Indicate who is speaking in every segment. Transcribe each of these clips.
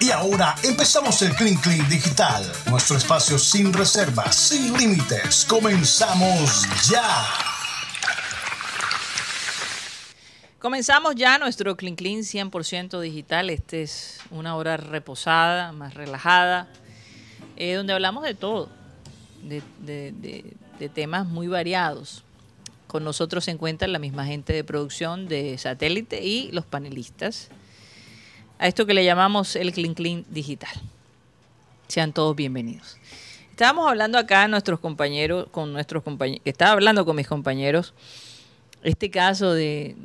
Speaker 1: Y ahora empezamos el Clean Clean Digital, nuestro espacio sin reservas, sin límites. Comenzamos ya.
Speaker 2: Comenzamos ya nuestro Clean Clean 100% digital. Este es una hora reposada, más relajada, eh, donde hablamos de todo, de, de- de- de temas muy variados. Con nosotros se encuentran la misma gente de producción de satélite y los panelistas. A esto que le llamamos el Clean Clean digital. Sean todos bienvenidos. Estábamos hablando acá nuestros compañeros, con nuestros compañeros, estaba hablando con mis compañeros este caso de,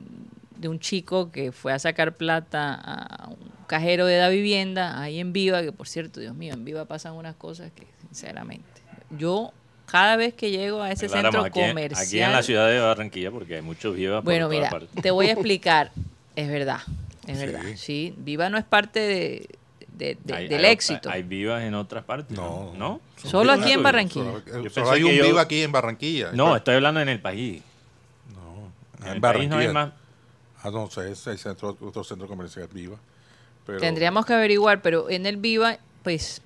Speaker 2: de un chico que fue a sacar plata a un cajero de la vivienda ahí en Viva, que por cierto, Dios mío, en Viva pasan unas cosas que, sinceramente, yo cada vez que llego a ese
Speaker 3: Aclaramos,
Speaker 2: centro
Speaker 3: aquí,
Speaker 2: comercial.
Speaker 3: Aquí en la ciudad de Barranquilla, porque hay muchos vivas
Speaker 2: Bueno,
Speaker 3: por
Speaker 2: mira,
Speaker 3: todas partes.
Speaker 2: te voy a explicar. Es verdad, es
Speaker 3: Sí.
Speaker 2: verdad. Sí, Viva no es parte de- de- de-
Speaker 3: Hay-
Speaker 2: del
Speaker 3: hay-
Speaker 2: éxito.
Speaker 3: Hay vivas en otras partes. No. ¿No?
Speaker 2: Solo aquí en
Speaker 3: Yo
Speaker 2: Barranquilla.
Speaker 3: pensé
Speaker 4: Solo, hay un
Speaker 3: que yo-
Speaker 4: vivo aquí en Barranquilla.
Speaker 3: No, estoy hablando en el país.
Speaker 4: en,
Speaker 3: En el país
Speaker 4: Barranquilla.
Speaker 3: no hay más.
Speaker 4: Ah, no sé, es el centro, otro centro comercial viva. Pero
Speaker 2: Tendríamos que averiguar, pero en el Viva, pues,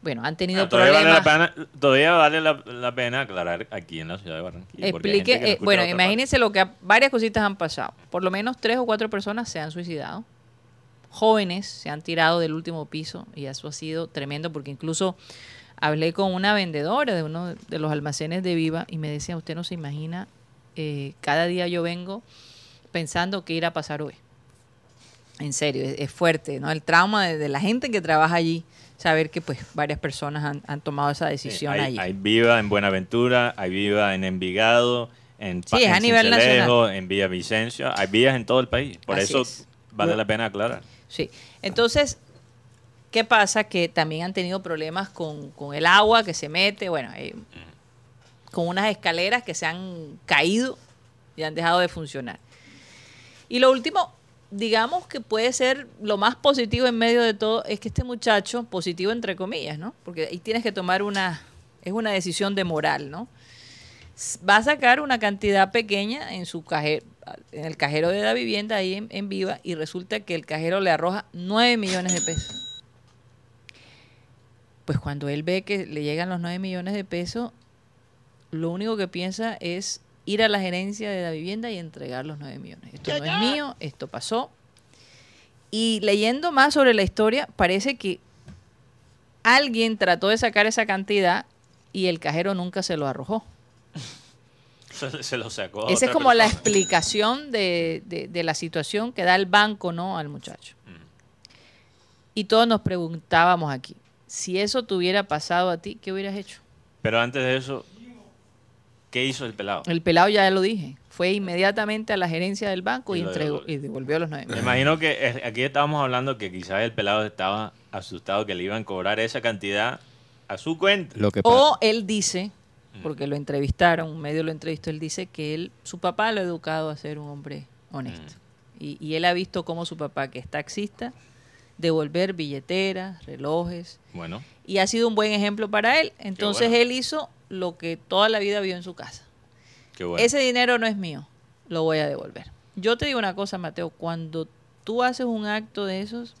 Speaker 2: bueno, han tenido
Speaker 3: Ah, todavía, vale la
Speaker 2: problemas.
Speaker 3: pena, todavía vale la, la pena aclarar aquí en la ciudad de Barranquilla. porque hay gente
Speaker 2: Explique,
Speaker 3: que no
Speaker 2: eh,
Speaker 3: escucha
Speaker 2: bueno,
Speaker 3: otra
Speaker 2: imagínense lo que ha- varias cositas han pasado. Por lo menos tres o cuatro personas se han suicidado. Jóvenes se han tirado del último piso y eso ha sido tremendo porque incluso hablé con una vendedora de uno de los almacenes de Viva y me decía, usted no se imagina, eh, cada día yo vengo pensando qué ir a pasar hoy. En serio, es, es fuerte, ¿no? El trauma de, de la gente que trabaja allí, saber que pues varias personas han, han tomado esa
Speaker 3: parte. Sí,
Speaker 2: decisión
Speaker 3: hay,
Speaker 2: allí.
Speaker 3: hay viva en Buenaventura, hay viva en Envigado, en, Pa-
Speaker 2: Sí, es
Speaker 3: en
Speaker 2: a nivel
Speaker 3: Sincelejo, en Villavicencio. Hay vivas en todo el país. Por
Speaker 2: Así
Speaker 3: eso
Speaker 2: es.
Speaker 3: vale la pena aclarar.
Speaker 2: Sí. Entonces, ¿qué pasa? Que también han tenido problemas con, con el agua que se mete, bueno, eh, con unas escaleras que se han caído y han dejado de funcionar. Y lo último, digamos que puede ser lo más positivo en medio de todo, es que este muchacho, positivo entre comillas, ¿no? Porque ahí tienes que tomar una, es una decisión de moral, ¿no? S- Va a sacar una cantidad pequeña en su cajero, en el cajero de la vivienda ahí en, en Viva y resulta que el cajero le arroja 9 millones de pesos. Pues cuando él ve que le llegan los 9 millones de pesos, lo único que piensa es ir a la gerencia de la vivienda y entregar los 9 millones. Esto no es mío, esto pasó. Y leyendo más sobre la historia, parece que alguien trató de sacar esa cantidad y el cajero nunca se lo arrojó.
Speaker 3: Se, se lo sacó. a
Speaker 2: Esa es
Speaker 3: otra
Speaker 2: como la
Speaker 3: persona.
Speaker 2: explicación de, de- de la situación que da el banco ¿no? al muchacho.
Speaker 3: Mm.
Speaker 2: Y todos nos preguntábamos aquí, si eso te hubiera pasado a ti, ¿qué hubieras hecho?
Speaker 3: Pero antes de eso, ¿qué hizo el pelado?
Speaker 2: El pelado ya lo dije, fue inmediatamente a la gerencia del banco y,
Speaker 3: Y lo
Speaker 2: entregó,
Speaker 3: devolvió.
Speaker 2: y devolvió los 9
Speaker 3: Me imagino que es- aquí estábamos hablando que quizás el pelado estaba asustado que le iban a cobrar esa cantidad a su cuenta.
Speaker 5: Lo que pasa.
Speaker 2: O él dice,
Speaker 3: Mm.
Speaker 2: porque lo entrevistaron, un medio lo entrevistó, él dice que él, su papá lo ha educado a ser un hombre honesto.
Speaker 3: Mm.
Speaker 2: Y, y él ha visto cómo su papá, que es taxista, devolver billeteras, relojes,
Speaker 3: Bueno,
Speaker 2: y ha sido un buen ejemplo para él. Entonces
Speaker 3: bueno.
Speaker 2: él hizo lo que toda la vida vio en su casa.
Speaker 3: qué bueno.
Speaker 2: Ese dinero no es mío, lo voy a devolver. Yo te digo una cosa, Mateo, cuando tú haces un acto de esos,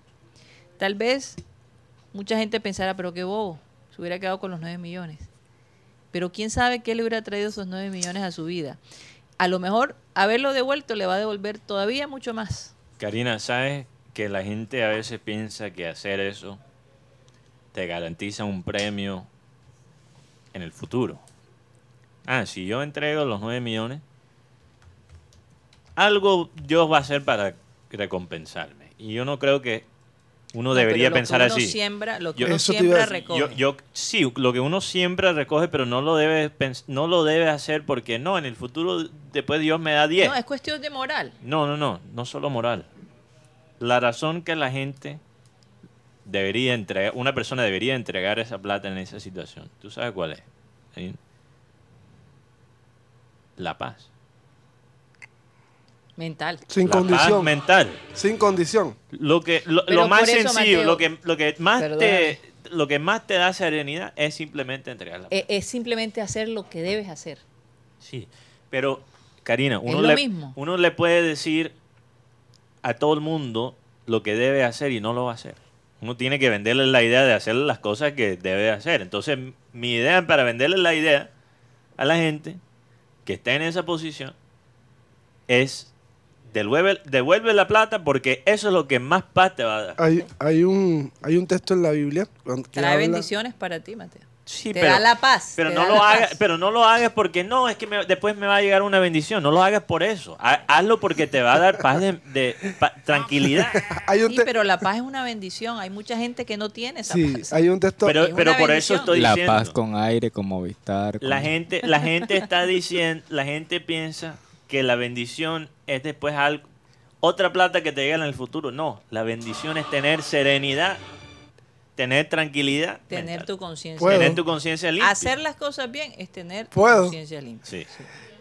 Speaker 2: tal vez mucha gente pensara, pero qué bobo, se hubiera quedado con los 9 millones. Pero quién sabe qué le hubiera traído esos 9 millones a su vida. A lo mejor haberlo devuelto le va a devolver todavía mucho más.
Speaker 3: Karina, ¿sabes que la gente a veces piensa que hacer eso te garantiza un premio en el futuro? Ah, si yo entrego los 9 millones, algo Dios va a hacer para recompensarme. Y yo no creo que uno
Speaker 2: No,
Speaker 3: debería
Speaker 2: pero lo que
Speaker 3: pensar
Speaker 2: uno
Speaker 3: así.
Speaker 2: Siembra, lo que
Speaker 3: Yo-
Speaker 2: uno
Speaker 6: Eso te
Speaker 2: siembra
Speaker 6: iba a decir.
Speaker 2: recoge.
Speaker 3: Yo, yo- sí, lo que uno siempre recoge, pero no lo debe pens- no lo debe hacer porque no, en el futuro después Dios me da 10.
Speaker 2: No, es cuestión de moral.
Speaker 3: No, no, no, no solo moral. La razón que la gente debería entregar, una persona debería entregar esa plata en esa situación, ¿tú sabes cuál es? ¿Sí? La paz.
Speaker 2: Mental.
Speaker 6: Sin
Speaker 3: la paz
Speaker 6: condición.
Speaker 3: mental.
Speaker 6: Sin condición.
Speaker 3: Lo que lo,
Speaker 2: Pero
Speaker 3: lo más
Speaker 2: por eso,
Speaker 3: sencillo,
Speaker 2: Mateo,
Speaker 3: lo que lo que más
Speaker 2: perdóname.
Speaker 3: te lo que más te da serenidad es simplemente entregar la paz.
Speaker 2: Es, Eh, es simplemente hacer lo que debes hacer.
Speaker 3: Sí, pero Karina, uno,
Speaker 2: lo
Speaker 3: le,
Speaker 2: mismo.
Speaker 3: uno le puede decir a todo el mundo lo que debe hacer y no lo va a hacer. Uno tiene que venderle la idea de hacer las cosas que debe hacer. Entonces, m- mi idea para venderle la idea a la gente que está en esa posición es devuelve, devuelve la plata porque eso es lo que más paz te va a dar.
Speaker 5: Hay, hay, un, hay un texto en la Biblia cuando- que
Speaker 2: Trae
Speaker 5: habla-
Speaker 2: bendiciones para ti, Mateo.
Speaker 3: Sí,
Speaker 2: Te da la paz,
Speaker 3: Pero
Speaker 2: te
Speaker 3: no
Speaker 2: da
Speaker 3: lo
Speaker 2: la
Speaker 3: hagas,
Speaker 2: paz.
Speaker 3: pero no lo hagas porque no, es que me- después me va a llegar una bendición. No lo hagas por eso. Ha- hazlo porque te va a dar paz de, de- pa- tranquilidad.
Speaker 5: Hay un
Speaker 2: Sí,
Speaker 5: te-
Speaker 2: pero la paz es una bendición. Hay mucha gente que no tiene esa
Speaker 5: sí,
Speaker 2: paz.
Speaker 5: hay un texto.
Speaker 3: Pero,
Speaker 2: Es una
Speaker 3: pero por eso
Speaker 2: bendición.
Speaker 3: estoy
Speaker 6: la
Speaker 3: diciendo.
Speaker 6: paz con aire, con Movistar.
Speaker 3: La
Speaker 6: con-
Speaker 3: gente, la gente está diciendo, la gente piensa que la bendición es después algo, otra plata que te llega en el futuro. No, la bendición es tener serenidad, tener tranquilidad,
Speaker 2: Tener
Speaker 3: mental,
Speaker 2: tu conciencia.
Speaker 5: Puedo.
Speaker 3: tener tu conciencia limpia.
Speaker 2: Hacer las cosas bien es tener tu
Speaker 5: Puedo.
Speaker 2: conciencia limpia.
Speaker 3: Sí.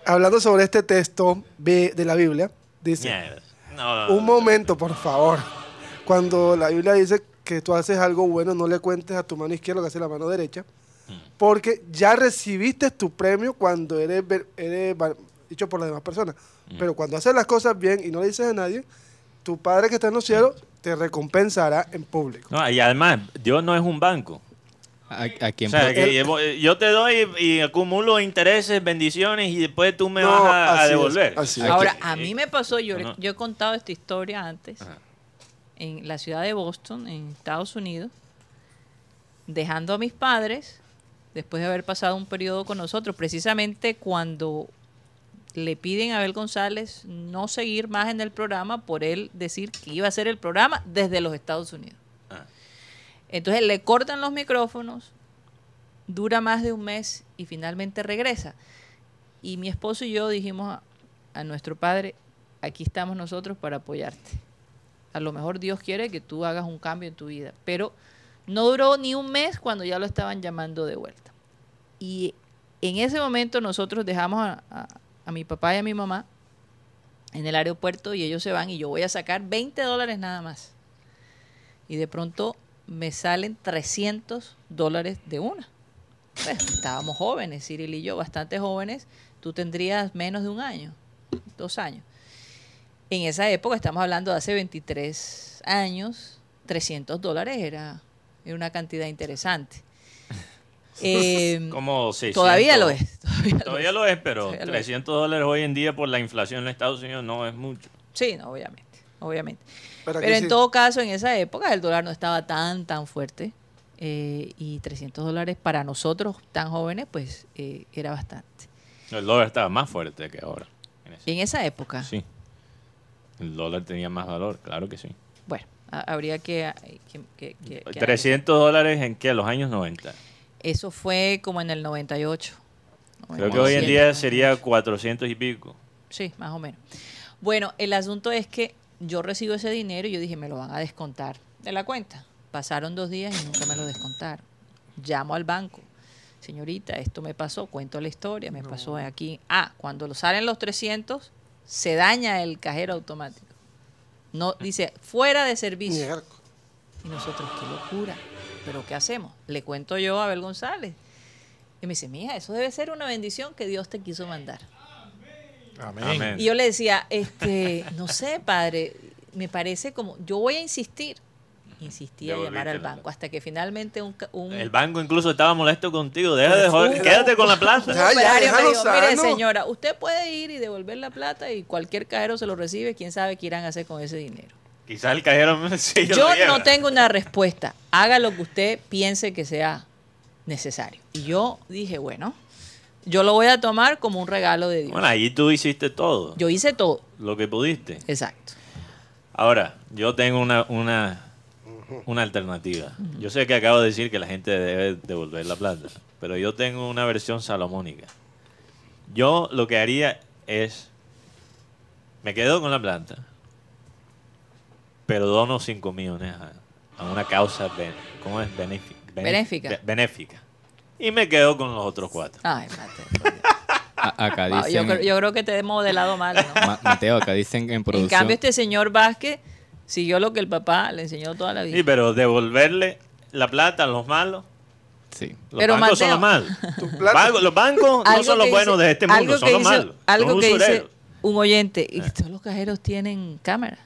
Speaker 5: Hablando sobre este texto de, de la Biblia, dice:
Speaker 3: Mierda. No,
Speaker 5: Un momento, por favor. Cuando la Biblia dice que tú haces algo bueno, no le cuentes a tu mano izquierda lo que hace la mano derecha,
Speaker 3: Hmm.
Speaker 5: porque ya recibiste tu premio cuando eres, ver- eres va- dicho por las demás personas.
Speaker 3: Hmm.
Speaker 5: Pero cuando haces las cosas bien y no le dices a nadie, tu padre que está en los cielos te recompensará en público.
Speaker 3: No, y además, Dios no es un banco.
Speaker 6: ¿A, a quién
Speaker 3: O sea,
Speaker 6: pro-
Speaker 3: que llevo- eh, yo te doy y acumulo intereses, bendiciones y después tú me
Speaker 5: No,
Speaker 3: vas a- a,
Speaker 5: así es,
Speaker 3: devolver.
Speaker 5: así es.
Speaker 2: Ahora,
Speaker 3: Aquí-
Speaker 2: a mí me pasó, yo,
Speaker 3: eh, Ajá.
Speaker 2: yo he contado esta historia antes, en la ciudad de Boston, en Estados Unidos, dejando a mis padres, después de haber pasado un periodo con nosotros, precisamente cuando le piden a Abel González no seguir más en el programa por él decir que iba a hacer el programa desde los Estados Unidos.
Speaker 3: Ah.
Speaker 2: Entonces le cortan los micrófonos, dura más de un mes y finalmente regresa. Y mi esposo y yo dijimos a, a nuestro padre, aquí estamos nosotros para apoyarte. A lo mejor Dios quiere que tú hagas un cambio en tu vida, pero no duró ni un mes cuando ya lo estaban llamando de vuelta. Y en ese momento nosotros dejamos a, a- a mi papá y a mi mamá en el aeropuerto y ellos se van y yo voy a sacar 20 dólares nada más. Y de pronto me salen 300 dólares de una. Pues, estábamos jóvenes, Cyril y yo, bastante jóvenes. Tú tendrías menos de un año, dos años. En esa época, estamos hablando de hace 23 años, 300 dólares era, era una cantidad interesante. Eh,
Speaker 3: Como 600.
Speaker 2: todavía lo es. Todavía, lo
Speaker 3: Todavía
Speaker 2: es.
Speaker 3: lo es, pero
Speaker 2: Todavía lo es.
Speaker 3: 300 dólares hoy en día por la inflación en Estados Unidos no es mucho.
Speaker 2: Sí, no, obviamente, obviamente. Pero,
Speaker 5: Pero aquí
Speaker 2: en
Speaker 5: sí.
Speaker 2: todo caso, en esa época el dólar no estaba tan, tan fuerte. eh, y 300 dólares para nosotros tan jóvenes, pues eh, era bastante.
Speaker 3: El dólar estaba más fuerte que ahora. En ese-
Speaker 2: En esa época,
Speaker 3: Sí. El dólar tenía más valor, claro que sí.
Speaker 2: bueno, ha- habría que... que- que- que- que-
Speaker 3: 300 dólares en qué? Los años 90.
Speaker 2: Eso fue como en el 98.
Speaker 3: Creo que hoy en
Speaker 2: 97,
Speaker 3: día sería
Speaker 2: 98.
Speaker 3: 400 y pico.
Speaker 2: Sí, más o menos. Bueno, el asunto es que yo recibo ese dinero y yo dije, me lo van a descontar de la cuenta. Pasaron dos días y nunca me lo descontaron. Llamo al banco. Señorita, esto me pasó, cuento la historia, me pasó aquí. Ah, cuando lo salen los 300, se daña el cajero automático. No, dice, fuera de servicio.
Speaker 5: Mierda.
Speaker 2: Y nosotros, qué locura. ¿Pero qué hacemos? Le cuento yo a Abel González. Y me dice, mija, eso debe ser una bendición que Dios te quiso mandar.
Speaker 3: Amén.
Speaker 2: Y yo le decía, este, no sé, padre, me parece como, yo voy a insistir. Insistí a llamar
Speaker 3: Devolviste
Speaker 2: al
Speaker 3: la
Speaker 2: banco hasta que finalmente un, ca- un
Speaker 3: El banco incluso estaba molesto contigo. Deja de joder, quédate con la plata.
Speaker 5: Ah, Ya, ya,
Speaker 2: operario me
Speaker 5: déjalo
Speaker 2: dijo, mire
Speaker 5: sano".
Speaker 2: señora, usted puede ir y devolver la plata y cualquier cajero se lo recibe, quién sabe qué irán a hacer con ese dinero.
Speaker 3: Quizás el cajero sí lo
Speaker 2: Yo
Speaker 3: lleva.
Speaker 2: no tengo una respuesta. Haga lo que usted piense que sea necesario. Y yo dije, bueno, yo lo voy a tomar como un regalo de Dios.
Speaker 3: Bueno, ahí tú hiciste todo.
Speaker 2: yo hice todo.
Speaker 3: Lo que pudiste.
Speaker 2: Exacto.
Speaker 3: Ahora, yo tengo una, una, una alternativa. Yo sé que acabo de decir que la gente debe devolver la plata, pero yo tengo una versión salomónica. Yo lo que haría es, me quedo con la plata, pero dono 5 millones a, a una causa, ben- ¿cómo es? Benefi- benef-
Speaker 2: Benéfica.
Speaker 3: be- benéfica. Y me quedo con los otros cuatro.
Speaker 2: Ay, Mateo. por Dios.
Speaker 6: a- acá
Speaker 2: Wow, Ah, yo,
Speaker 6: dicen,
Speaker 2: creo, yo creo que te he modelado mal. ¿no?
Speaker 6: Ma- Mateo, acá dicen en
Speaker 2: en
Speaker 6: producción.
Speaker 2: cambio, este señor Vázquez siguió lo que el papá le enseñó toda la vida.
Speaker 3: Sí, pero devolverle la plata a los malos.
Speaker 6: Sí.
Speaker 3: Los
Speaker 2: Pero,
Speaker 3: bancos son los
Speaker 2: Mateo,
Speaker 3: malos.
Speaker 5: tu plata-
Speaker 3: Banco- los bancos no
Speaker 2: Algo
Speaker 3: son los
Speaker 2: que
Speaker 3: buenos
Speaker 2: dice-
Speaker 3: de este mundo,
Speaker 2: algo
Speaker 3: son
Speaker 2: que
Speaker 3: los Eh.
Speaker 2: dice-
Speaker 3: malos.
Speaker 2: Algo
Speaker 3: los
Speaker 2: que dice
Speaker 3: usureros.
Speaker 2: un oyente, y todos los cajeros tienen cámara.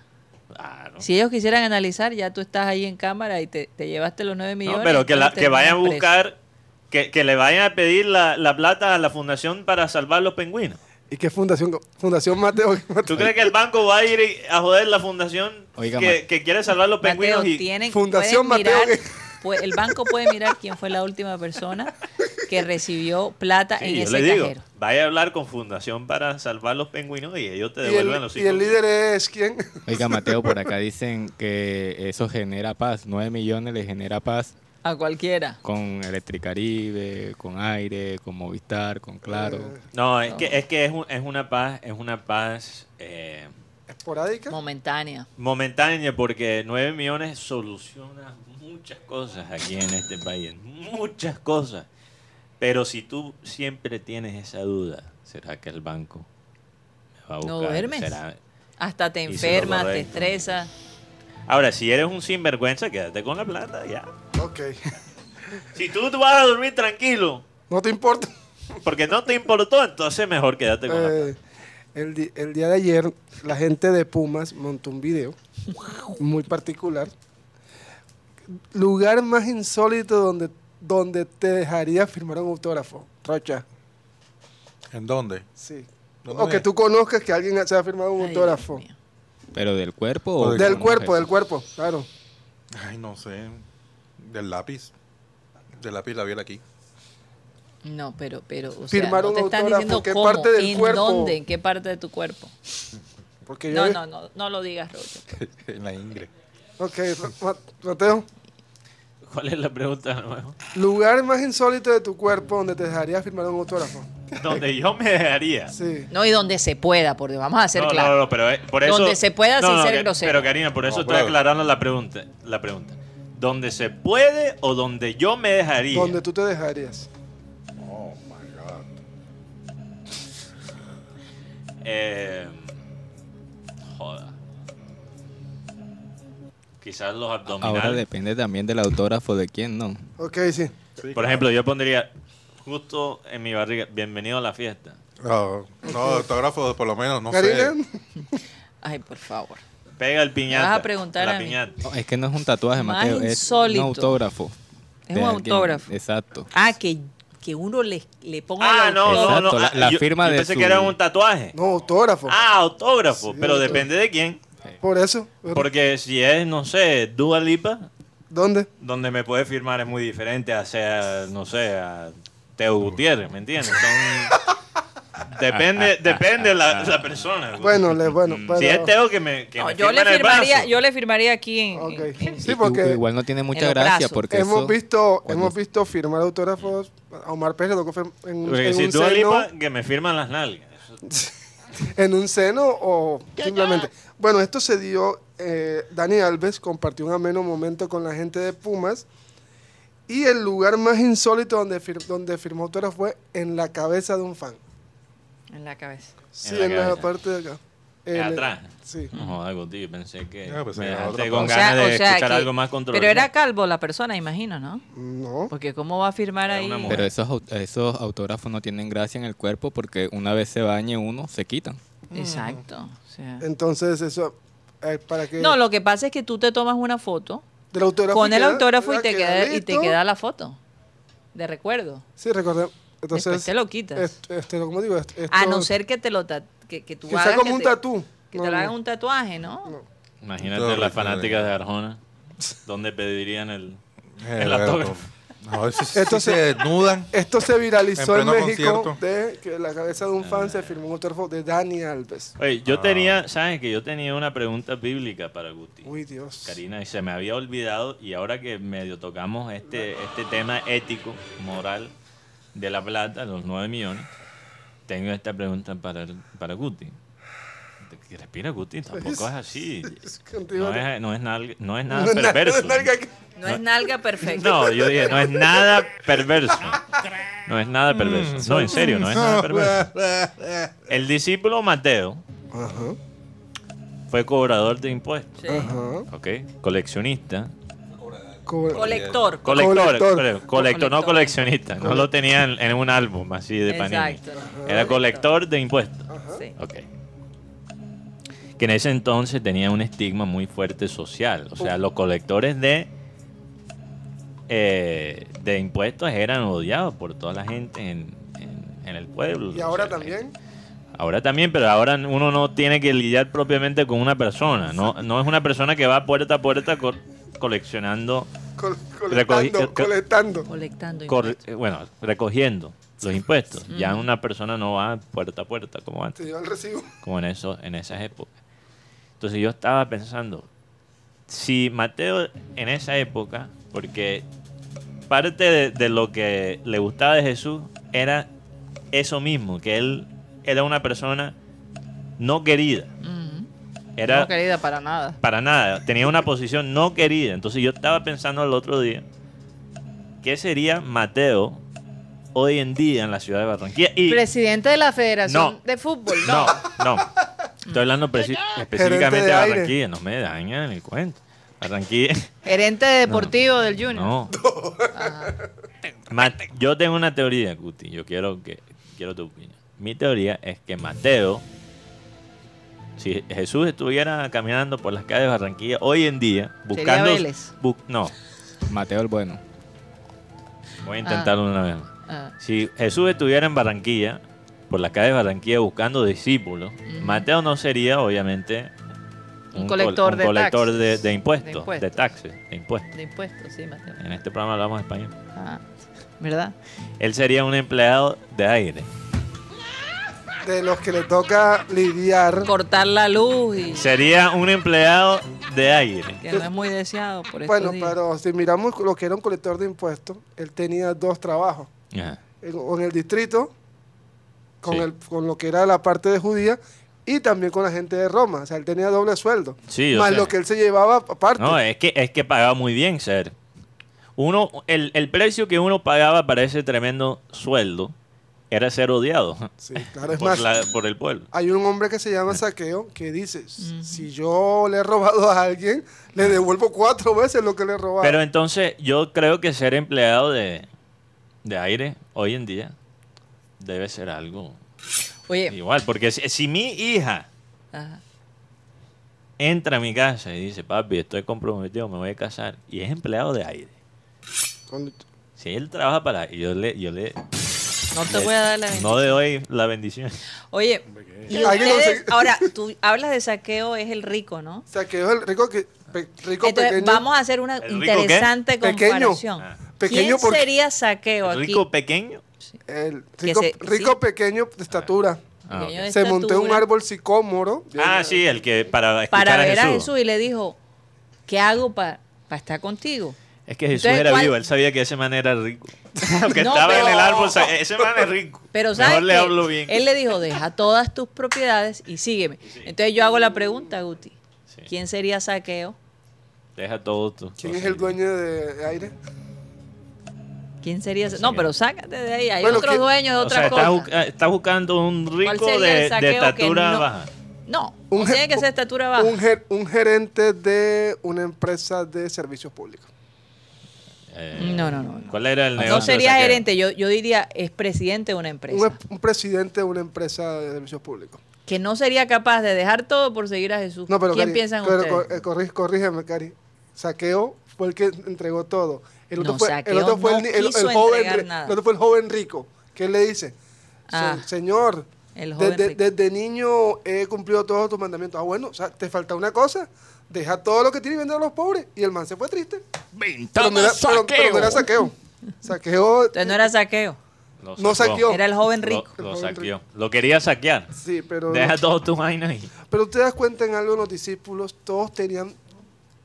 Speaker 3: Claro.
Speaker 2: Si ellos quisieran analizar, ya tú estás ahí en cámara y te, te llevaste los 9 millones.
Speaker 3: No, pero que,
Speaker 2: y
Speaker 3: la,
Speaker 2: te
Speaker 3: que vayan a
Speaker 2: ponen preso.
Speaker 3: buscar, que, que le vayan a pedir la, la plata a la fundación para salvar los pingüinos.
Speaker 5: ¿Y qué fundación? Fundación Mateo.
Speaker 3: ¿Tú crees que el banco va a ir y- a joder la fundación
Speaker 6: Oiga,
Speaker 3: que,
Speaker 6: Mate-
Speaker 3: que quiere salvar los pingüinos?
Speaker 2: Mateo,
Speaker 3: y,
Speaker 2: tienen,
Speaker 5: Fundación
Speaker 2: pueden
Speaker 5: Mateo
Speaker 2: mirar-
Speaker 5: que-
Speaker 2: pu- el banco puede mirar quién fue la última persona que recibió plata
Speaker 3: Sí,
Speaker 2: en
Speaker 3: yo
Speaker 2: ese
Speaker 3: le digo,
Speaker 2: cajero.
Speaker 3: vaya a hablar con fundación para salvar los pingüinos y ellos te
Speaker 5: Y
Speaker 3: devuelven
Speaker 5: el,
Speaker 3: los
Speaker 5: y el
Speaker 3: cinco.
Speaker 5: líder es quién?
Speaker 6: Oiga, Mateo, por acá dicen que eso genera paz. 9 millones le genera paz
Speaker 2: A cualquiera.
Speaker 6: con Electricaribe, con Aire, con Movistar, con Claro.
Speaker 3: No, es que es, que es, un- es una paz, es una paz eh,
Speaker 5: ¿Esporádica?
Speaker 2: Momentánea.
Speaker 3: momentánea porque 9 millones soluciona muchas cosas aquí en este país, muchas cosas. Pero si tú siempre tienes esa duda, ¿será que el banco me va a buscar?
Speaker 2: No duermes.
Speaker 3: ¿Será?
Speaker 2: Hasta te
Speaker 3: Hice lo
Speaker 2: enfermas, te
Speaker 3: correcto.
Speaker 2: estresas.
Speaker 3: Ahora, si eres un sinvergüenza, quédate con la plata ya.
Speaker 5: Ok.
Speaker 3: Si tú te vas a dormir tranquilo
Speaker 5: No te importa.
Speaker 3: porque no te importó, entonces mejor quédate con la plata.
Speaker 5: Eh, el, di- el día de ayer, la gente de Pumas montó un video muy particular. Lugar más insólito donde, donde te dejaría firmar un autógrafo. Rocha.
Speaker 4: ¿En dónde?
Speaker 5: Sí.
Speaker 4: ¿Dónde
Speaker 5: O que
Speaker 4: es?
Speaker 5: tú conozcas que alguien se ha firmado un
Speaker 2: Ay, Dios
Speaker 5: autógrafo.
Speaker 2: mío.
Speaker 6: ¿Pero del cuerpo
Speaker 4: O
Speaker 6: o
Speaker 4: de-
Speaker 6: con
Speaker 5: Del
Speaker 6: los
Speaker 5: cuerpo, del
Speaker 6: gestos?
Speaker 5: cuerpo, claro.
Speaker 4: Ay, no sé. Del lápiz. Del lápiz labial aquí.
Speaker 2: No, pero, pero, o sea,
Speaker 5: Firmar
Speaker 2: no
Speaker 5: un
Speaker 2: te están
Speaker 5: autógrafo,
Speaker 2: diciendo
Speaker 5: ¿qué
Speaker 2: cómo,
Speaker 5: parte del
Speaker 2: en
Speaker 5: cuerpo? ¿eh?
Speaker 2: dónde, en qué parte de tu cuerpo.
Speaker 5: Porque yo
Speaker 2: No, no, no, no lo digas, Rocha.
Speaker 4: en la ingre.
Speaker 5: Ok, Ma- Mateo.
Speaker 3: ¿Cuál es la pregunta de nuevo?
Speaker 5: Lugar más insólito de tu cuerpo donde te dejaría firmar un autógrafo.
Speaker 3: Donde yo me dejaría.
Speaker 5: Sí.
Speaker 2: No, y donde se pueda, porque vamos a ser
Speaker 3: no,
Speaker 2: claros.
Speaker 3: no, no, pero eh, por eso.
Speaker 2: Donde se pueda
Speaker 3: No,
Speaker 2: sin
Speaker 3: no,
Speaker 2: ser
Speaker 3: que-
Speaker 2: grosero.
Speaker 3: Pero Karina, por eso
Speaker 4: No,
Speaker 3: estoy
Speaker 4: pero-
Speaker 3: aclarando la pregunta. La pregunta. ¿Donde se puede o donde yo me dejaría?
Speaker 5: Donde tú te dejarías.
Speaker 3: Eh, joda. Quizás los
Speaker 6: Ahora
Speaker 3: abdominales.
Speaker 6: depende también del autógrafo de quién, ¿no?
Speaker 5: Ok, sí.
Speaker 3: Por ejemplo, yo pondría justo en mi barriga, bienvenido a la fiesta.
Speaker 4: No, no, autógrafo por lo menos, no
Speaker 5: Karina,
Speaker 4: sé.
Speaker 2: Ay, por favor.
Speaker 3: Pega el piñata.
Speaker 2: vas a preguntar
Speaker 3: la
Speaker 2: a mí.
Speaker 3: piñata.
Speaker 6: No, es que no es un tatuaje,
Speaker 2: Más
Speaker 6: Mateo, es
Speaker 2: insólito.
Speaker 6: un autógrafo.
Speaker 2: Es
Speaker 6: de
Speaker 2: un
Speaker 6: alguien.
Speaker 2: autógrafo.
Speaker 6: Exacto.
Speaker 2: Ah, que, que uno le, le ponga el
Speaker 3: Ah, no,
Speaker 2: autógrafo.
Speaker 3: no, no.
Speaker 6: Exacto, la-
Speaker 3: ah,
Speaker 6: la
Speaker 3: yo-
Speaker 6: firma
Speaker 3: yo
Speaker 6: de
Speaker 3: pensé
Speaker 6: su-
Speaker 3: que era un tatuaje.
Speaker 5: no, autógrafo.
Speaker 3: Ah, autógrafo.
Speaker 5: Sí,
Speaker 3: pero
Speaker 5: autógrafo.
Speaker 3: depende de quién.
Speaker 5: Por eso.
Speaker 3: Porque si es, no sé, Dua Lipa,
Speaker 5: ¿Dónde?
Speaker 3: donde me puede firmar es muy diferente a, sea, no sé, a Teo Gutiérrez, ¿me entiendes? Son- depende depende la, la persona. güey.
Speaker 5: Bueno, le, bueno, bueno.
Speaker 3: si es Teo que me, que
Speaker 2: No,
Speaker 3: me
Speaker 2: yo
Speaker 3: firma
Speaker 2: le
Speaker 3: en el
Speaker 2: firmaría,
Speaker 3: brazo.
Speaker 2: yo le firmaría aquí en,
Speaker 5: Ok.
Speaker 2: en- en-
Speaker 5: Sí,
Speaker 6: Y- y-
Speaker 5: porque
Speaker 6: igual no tiene mucha
Speaker 2: los
Speaker 6: gracia
Speaker 2: brazos.
Speaker 6: porque
Speaker 5: Hemos
Speaker 6: eso-
Speaker 5: visto,
Speaker 6: cuando-
Speaker 5: hemos visto firmar autógrafos. A Omar Pérez lo en, un-
Speaker 3: Porque
Speaker 5: en
Speaker 3: si
Speaker 5: un
Speaker 3: Dua
Speaker 5: seno,
Speaker 3: Lipa, que me firman las nalgas.
Speaker 5: en un seno o simplemente. Bueno, esto se dio. eh, Dani Alves compartió un ameno momento con la gente de Pumas. Y el lugar más insólito donde, fir- donde firmó autógrafo fue en la cabeza de un fan.
Speaker 2: en la cabeza.
Speaker 5: Sí,
Speaker 3: la
Speaker 5: en la,
Speaker 3: cabeza.
Speaker 5: parte de acá.
Speaker 3: De
Speaker 5: El-
Speaker 3: atrás.
Speaker 5: Sí.
Speaker 3: No jodas, Guti, pensé que
Speaker 4: Ah, pues
Speaker 3: me
Speaker 4: era
Speaker 3: dejaste
Speaker 4: otra
Speaker 3: con
Speaker 2: O
Speaker 4: cosa.
Speaker 2: sea,
Speaker 3: ganas de
Speaker 2: o sea
Speaker 3: escuchar
Speaker 2: que-
Speaker 3: algo más controversial.
Speaker 2: Pero era calvo la persona, imagino, ¿no?
Speaker 5: No.
Speaker 2: Porque cómo va a firmar
Speaker 3: Era
Speaker 2: ahí.
Speaker 3: una mujer.
Speaker 6: Pero esos, au- esos autógrafos no tienen gracia en el cuerpo porque una vez se bañe uno, se quitan.
Speaker 2: Exacto. o sea.
Speaker 5: Entonces, eso. eh, para que.
Speaker 2: No, lo que pasa es que tú te tomas una foto
Speaker 5: del autógrafo
Speaker 2: con
Speaker 5: y
Speaker 2: el
Speaker 5: queda-
Speaker 2: autógrafo y
Speaker 5: ah,
Speaker 2: te queda, y te
Speaker 5: listo.
Speaker 2: queda la foto de recuerdo.
Speaker 5: Sí, recordé.
Speaker 2: Después
Speaker 5: Entonces,
Speaker 2: te lo quitas.
Speaker 5: est- este, como digo, est- esto,
Speaker 2: a no ser que te lo ta- que, que tú
Speaker 5: que sea
Speaker 2: hagas
Speaker 5: como
Speaker 2: que
Speaker 5: un
Speaker 2: te-
Speaker 5: tatú.
Speaker 2: que
Speaker 5: No,
Speaker 2: te lo
Speaker 5: no.
Speaker 2: hagan un tatuaje, ¿no?
Speaker 3: Imagínate
Speaker 4: Todo
Speaker 3: las
Speaker 4: lo que tiene.
Speaker 3: fanáticas de Arjona, donde pedirían el,
Speaker 4: Eh,
Speaker 3: el
Speaker 4: bueno,
Speaker 3: autógrafo.
Speaker 4: No, eso sí
Speaker 5: Esto
Speaker 4: se
Speaker 5: se-
Speaker 4: desnudan.
Speaker 5: Esto se viralizó
Speaker 4: En
Speaker 5: en,
Speaker 4: pleno
Speaker 5: México
Speaker 4: concierto.
Speaker 5: de que la cabeza de un fan se firmó un autógrafo de Dani Alves.
Speaker 3: Oye, yo tenía, ¿sabes que Yo tenía una pregunta bíblica para Guti.
Speaker 5: Uy, Dios.
Speaker 3: Karina, y se me había olvidado, y ahora que medio tocamos este, este tema ético, moral, de la plata, los 9 millones, tengo esta pregunta para, el- para Guti. Que Respira, Guti, tampoco es así.
Speaker 5: Contigo
Speaker 3: No
Speaker 5: no-
Speaker 3: es, no es, nalga- no es
Speaker 5: no
Speaker 3: nada
Speaker 5: es nada-
Speaker 3: perverso.
Speaker 5: no es nada que-
Speaker 2: No es nalga perfecta.
Speaker 3: No, yo dije, no es nada perverso. No es nada
Speaker 5: Mm.
Speaker 3: perverso. No, en serio, no es nada perverso. El discípulo Mateo
Speaker 5: Ajá,
Speaker 3: fue cobrador de impuestos,
Speaker 2: Sí.
Speaker 5: ajá.
Speaker 3: ¿ok? Coleccionista.
Speaker 5: Cobra-
Speaker 2: Colector.
Speaker 3: Colector,
Speaker 5: Colector.
Speaker 3: creo, colector, no
Speaker 2: Colector.
Speaker 3: coleccionista. No lo tenía en, en un álbum así de Panini.
Speaker 2: Exacto.
Speaker 3: Era colector de impuestos.
Speaker 2: Sí.
Speaker 3: Ok. que en ese entonces tenía un estigma muy fuerte social. O sea, los colectores de, eh, de impuestos eran odiados por toda la gente en, en- en el pueblo.
Speaker 5: Y
Speaker 3: O
Speaker 5: ahora
Speaker 3: sea, la
Speaker 5: también.
Speaker 3: Ahora también, pero ahora uno no tiene que lidiar propiamente con una persona. No, no es una persona que va puerta a puerta co- coleccionando,
Speaker 5: col-
Speaker 3: Recogí-
Speaker 5: colectando, colectando.
Speaker 2: Colectando
Speaker 3: cor-
Speaker 2: impuestos.
Speaker 3: eh, bueno, recogiendo los impuestos. Ya una persona no va puerta a puerta como
Speaker 5: Te
Speaker 3: antes,
Speaker 5: lleva el recibo.
Speaker 3: como en, eso, en esas épocas. Entonces yo estaba pensando, si Mateo en esa época, porque parte de, de lo que le gustaba de Jesús era eso mismo, que él era una persona no querida.
Speaker 2: Ujú.
Speaker 3: Era,
Speaker 2: No, querida, para nada.
Speaker 3: para nada. Tenía una posición no querida. Entonces yo estaba pensando el otro día, ¿qué sería Mateo hoy en día en la ciudad de Barranquilla? Y
Speaker 2: Presidente de la Federación
Speaker 3: No.
Speaker 2: de Fútbol,
Speaker 3: no,
Speaker 2: no.
Speaker 3: no. Estoy hablando preci-
Speaker 5: Gerente
Speaker 3: específicamente
Speaker 5: de
Speaker 3: de
Speaker 5: aire.
Speaker 3: Barranquilla. No me dañan el cuento. Barranquilla.
Speaker 2: Gerente deportivo del Junior.
Speaker 3: No. Ma- yo tengo una teoría, Guti. Yo quiero que quiero tu opinión. Mi teoría es que Mateo, si Jesús estuviera caminando por las calles de Barranquilla hoy en día, buscando.
Speaker 2: Vélez.
Speaker 3: bu- no,
Speaker 6: Mateo el bueno.
Speaker 3: voy a intentarlo una vez. más.
Speaker 2: Ah,
Speaker 3: Si Jesús estuviera en Barranquilla, por las calles de Barranquilla buscando discípulos, Mateo no sería, obviamente,
Speaker 2: Un
Speaker 3: col-
Speaker 2: colector de
Speaker 3: colector
Speaker 2: taxes.
Speaker 3: de- de impuestos,
Speaker 2: De
Speaker 3: de,
Speaker 2: impuestos.
Speaker 3: taxes, de impuestos.
Speaker 2: de impuestos, sí, Mateo.
Speaker 3: En este programa hablamos español.
Speaker 2: Ah, ¿Verdad?
Speaker 3: Él sería un empleado de aire.
Speaker 5: De los que le toca lidiar.
Speaker 2: Cortar la luz y
Speaker 3: Sería un empleado de aire.
Speaker 2: que no es muy deseado por estos
Speaker 5: Bueno,
Speaker 2: días.
Speaker 5: pero si miramos lo que era un colector de impuestos, él tenía dos trabajos.
Speaker 3: Ajá.
Speaker 5: En, o en el distrito, con,
Speaker 3: Sí.
Speaker 5: el, con lo que era la parte de judía, y también con la gente de Roma. O sea, él tenía doble sueldo.
Speaker 3: Sí, o
Speaker 5: más
Speaker 3: sea-
Speaker 5: lo que él se llevaba aparte.
Speaker 3: No, eh, es que, es que pagaba muy bien ser. Uno, el, el precio que uno pagaba para ese tremendo sueldo era ser odiado
Speaker 5: sí, claro, es
Speaker 3: por,
Speaker 5: más.
Speaker 3: la- Eh. por el pueblo.
Speaker 5: Hay un hombre que se llama Saqueo que dice, si yo le he robado a alguien, le devuelvo cuatro veces lo que le he robado.
Speaker 3: Pero eh, entonces yo creo que ser empleado de, de aire hoy en día debe ser algo
Speaker 2: Oye,
Speaker 3: igual. Porque si, si mi hija
Speaker 2: ajá.
Speaker 3: entra a mi casa y dice, papi, estoy comprometido, me voy a casar, y es empleado de aire.
Speaker 5: Con-
Speaker 3: Si él trabaja para... y Yo le, yo le,
Speaker 2: no te voy a dar la bendición.
Speaker 3: No le doy la bendición.
Speaker 2: Oye, y
Speaker 5: Hay que
Speaker 2: ustedes,
Speaker 5: conseguir-
Speaker 2: ahora, tú hablas de saqueo, es el rico, ¿no?
Speaker 5: Saqueo es el rico, que, pe- rico
Speaker 2: Entonces,
Speaker 5: pequeño.
Speaker 2: vamos a hacer una
Speaker 3: ¿El rico qué?
Speaker 2: interesante
Speaker 5: Pequeño.
Speaker 2: comparación.
Speaker 3: Ah.
Speaker 5: Pequeño
Speaker 2: ¿Quién
Speaker 5: porque-
Speaker 2: sería saqueo
Speaker 3: ¿El
Speaker 2: aquí?
Speaker 3: rico pequeño?
Speaker 5: El
Speaker 2: Que
Speaker 5: rico,
Speaker 2: se-
Speaker 5: rico
Speaker 2: sí.
Speaker 5: pequeño de estatura.
Speaker 3: Ah,
Speaker 2: Pequeño de
Speaker 5: Se montó en un
Speaker 2: estatura,
Speaker 5: árbol sicómoro.
Speaker 3: Ah, sí, el que para escuchar
Speaker 2: Para
Speaker 3: a
Speaker 2: ver
Speaker 3: Jesús.
Speaker 2: a Jesús y le dijo, ¿qué hago para estar contigo?
Speaker 3: Es que Jesús
Speaker 2: Entonces,
Speaker 3: era
Speaker 2: ¿cuál-
Speaker 3: vivo, él sabía que ese man era rico. Aunque
Speaker 2: No,
Speaker 3: estaba
Speaker 2: pero-
Speaker 3: en el árbol, sa- ese man es rico.
Speaker 2: Pero
Speaker 3: Mejor
Speaker 2: ¿sabes
Speaker 3: le
Speaker 2: qué?
Speaker 3: hablo bien.
Speaker 2: Él le dijo, deja todas tus propiedades y sígueme. Entonces yo hago la pregunta, Guti.
Speaker 3: Sí.
Speaker 2: ¿Quién sería saqueo?
Speaker 3: Deja todo tú.
Speaker 5: ¿Quién es el dueño de, de aire?
Speaker 2: ¿Quién sería Sa- No, pero sácate de ahí. Hay
Speaker 5: Bueno,
Speaker 2: otros
Speaker 5: ¿quién-
Speaker 2: dueños de
Speaker 3: O sea,
Speaker 2: otras
Speaker 3: está, bu-
Speaker 2: cosas.
Speaker 3: ah, está buscando un rico
Speaker 2: sería el
Speaker 3: de,
Speaker 2: saqueo
Speaker 3: de
Speaker 2: que
Speaker 3: estatura
Speaker 2: no-
Speaker 3: baja.
Speaker 2: No,
Speaker 5: Un
Speaker 2: no
Speaker 5: ge-
Speaker 2: tiene que ser estatura baja.
Speaker 5: Un, ger- un gerente de una empresa de servicios públicos.
Speaker 3: Eh,
Speaker 2: No, no, no, no.
Speaker 3: ¿Cuál era el negocio?
Speaker 2: No
Speaker 3: de
Speaker 2: sería
Speaker 3: saqueo?
Speaker 2: gerente, yo, yo diría es presidente de una
Speaker 5: Un,
Speaker 2: empresa.
Speaker 5: es- un presidente de una empresa de servicios públicos.
Speaker 2: Que no sería capaz de dejar todo por seguir a Jesús.
Speaker 5: No, pero
Speaker 2: ¿Quién
Speaker 5: Cari,
Speaker 2: piensa en
Speaker 5: pero
Speaker 2: ustedes?
Speaker 5: cor- eh, corrí- corrígeme, Cari. Saqueo fue el que entregó todo. El otro
Speaker 2: No,
Speaker 5: fue,
Speaker 2: Saqueo
Speaker 5: el otro fue el,
Speaker 2: no
Speaker 5: ni- el- el
Speaker 2: quiso
Speaker 5: joven,
Speaker 2: entregar
Speaker 5: ri-
Speaker 2: nada.
Speaker 5: el otro fue el joven rico. ¿Qué le dice? Se-
Speaker 2: Ah,
Speaker 5: señor,
Speaker 2: el joven
Speaker 5: desde,
Speaker 2: rico.
Speaker 5: desde niño he cumplido todos tus mandamientos. Ah, bueno, o sea, te falta una cosa. Deja todo lo que tienes y vender a los pobres. Y el man se fue triste. Pero no, era, pero- pero no era saqueo. Saqueo.
Speaker 2: Entonces no era saqueo.
Speaker 3: Lo
Speaker 5: No saqueó.
Speaker 2: Era el joven
Speaker 3: Lo-
Speaker 2: rico.
Speaker 3: Lo,
Speaker 5: El joven
Speaker 3: saqueó. Lo quería saquear.
Speaker 5: Sí, pero.
Speaker 3: Deja todo tu vaina ahí.
Speaker 5: Pero te das cuenta en algo, los discípulos todos tenían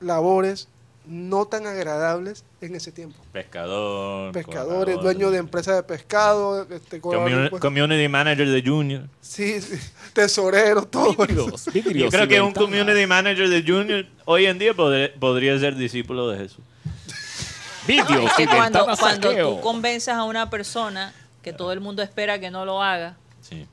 Speaker 5: labores no tan agradables en ese tiempo.
Speaker 3: Pescador.
Speaker 5: Pescadores,
Speaker 3: cobrador,
Speaker 5: dueños de empresas de pescado, este, cobrador de
Speaker 3: commu-
Speaker 5: impuestos.
Speaker 3: Community manager de Junior.
Speaker 5: sí, sí, tesoreros, todo. eso.
Speaker 3: Yo creo que un community manager de Junior hoy en día podre- podría ser discípulo de Jesús.
Speaker 2: No,
Speaker 6: Vídeos
Speaker 2: es que cuando, cuando tú
Speaker 6: saqueo.
Speaker 2: convences a una persona que todo el mundo espera que no lo haga.
Speaker 3: Sí.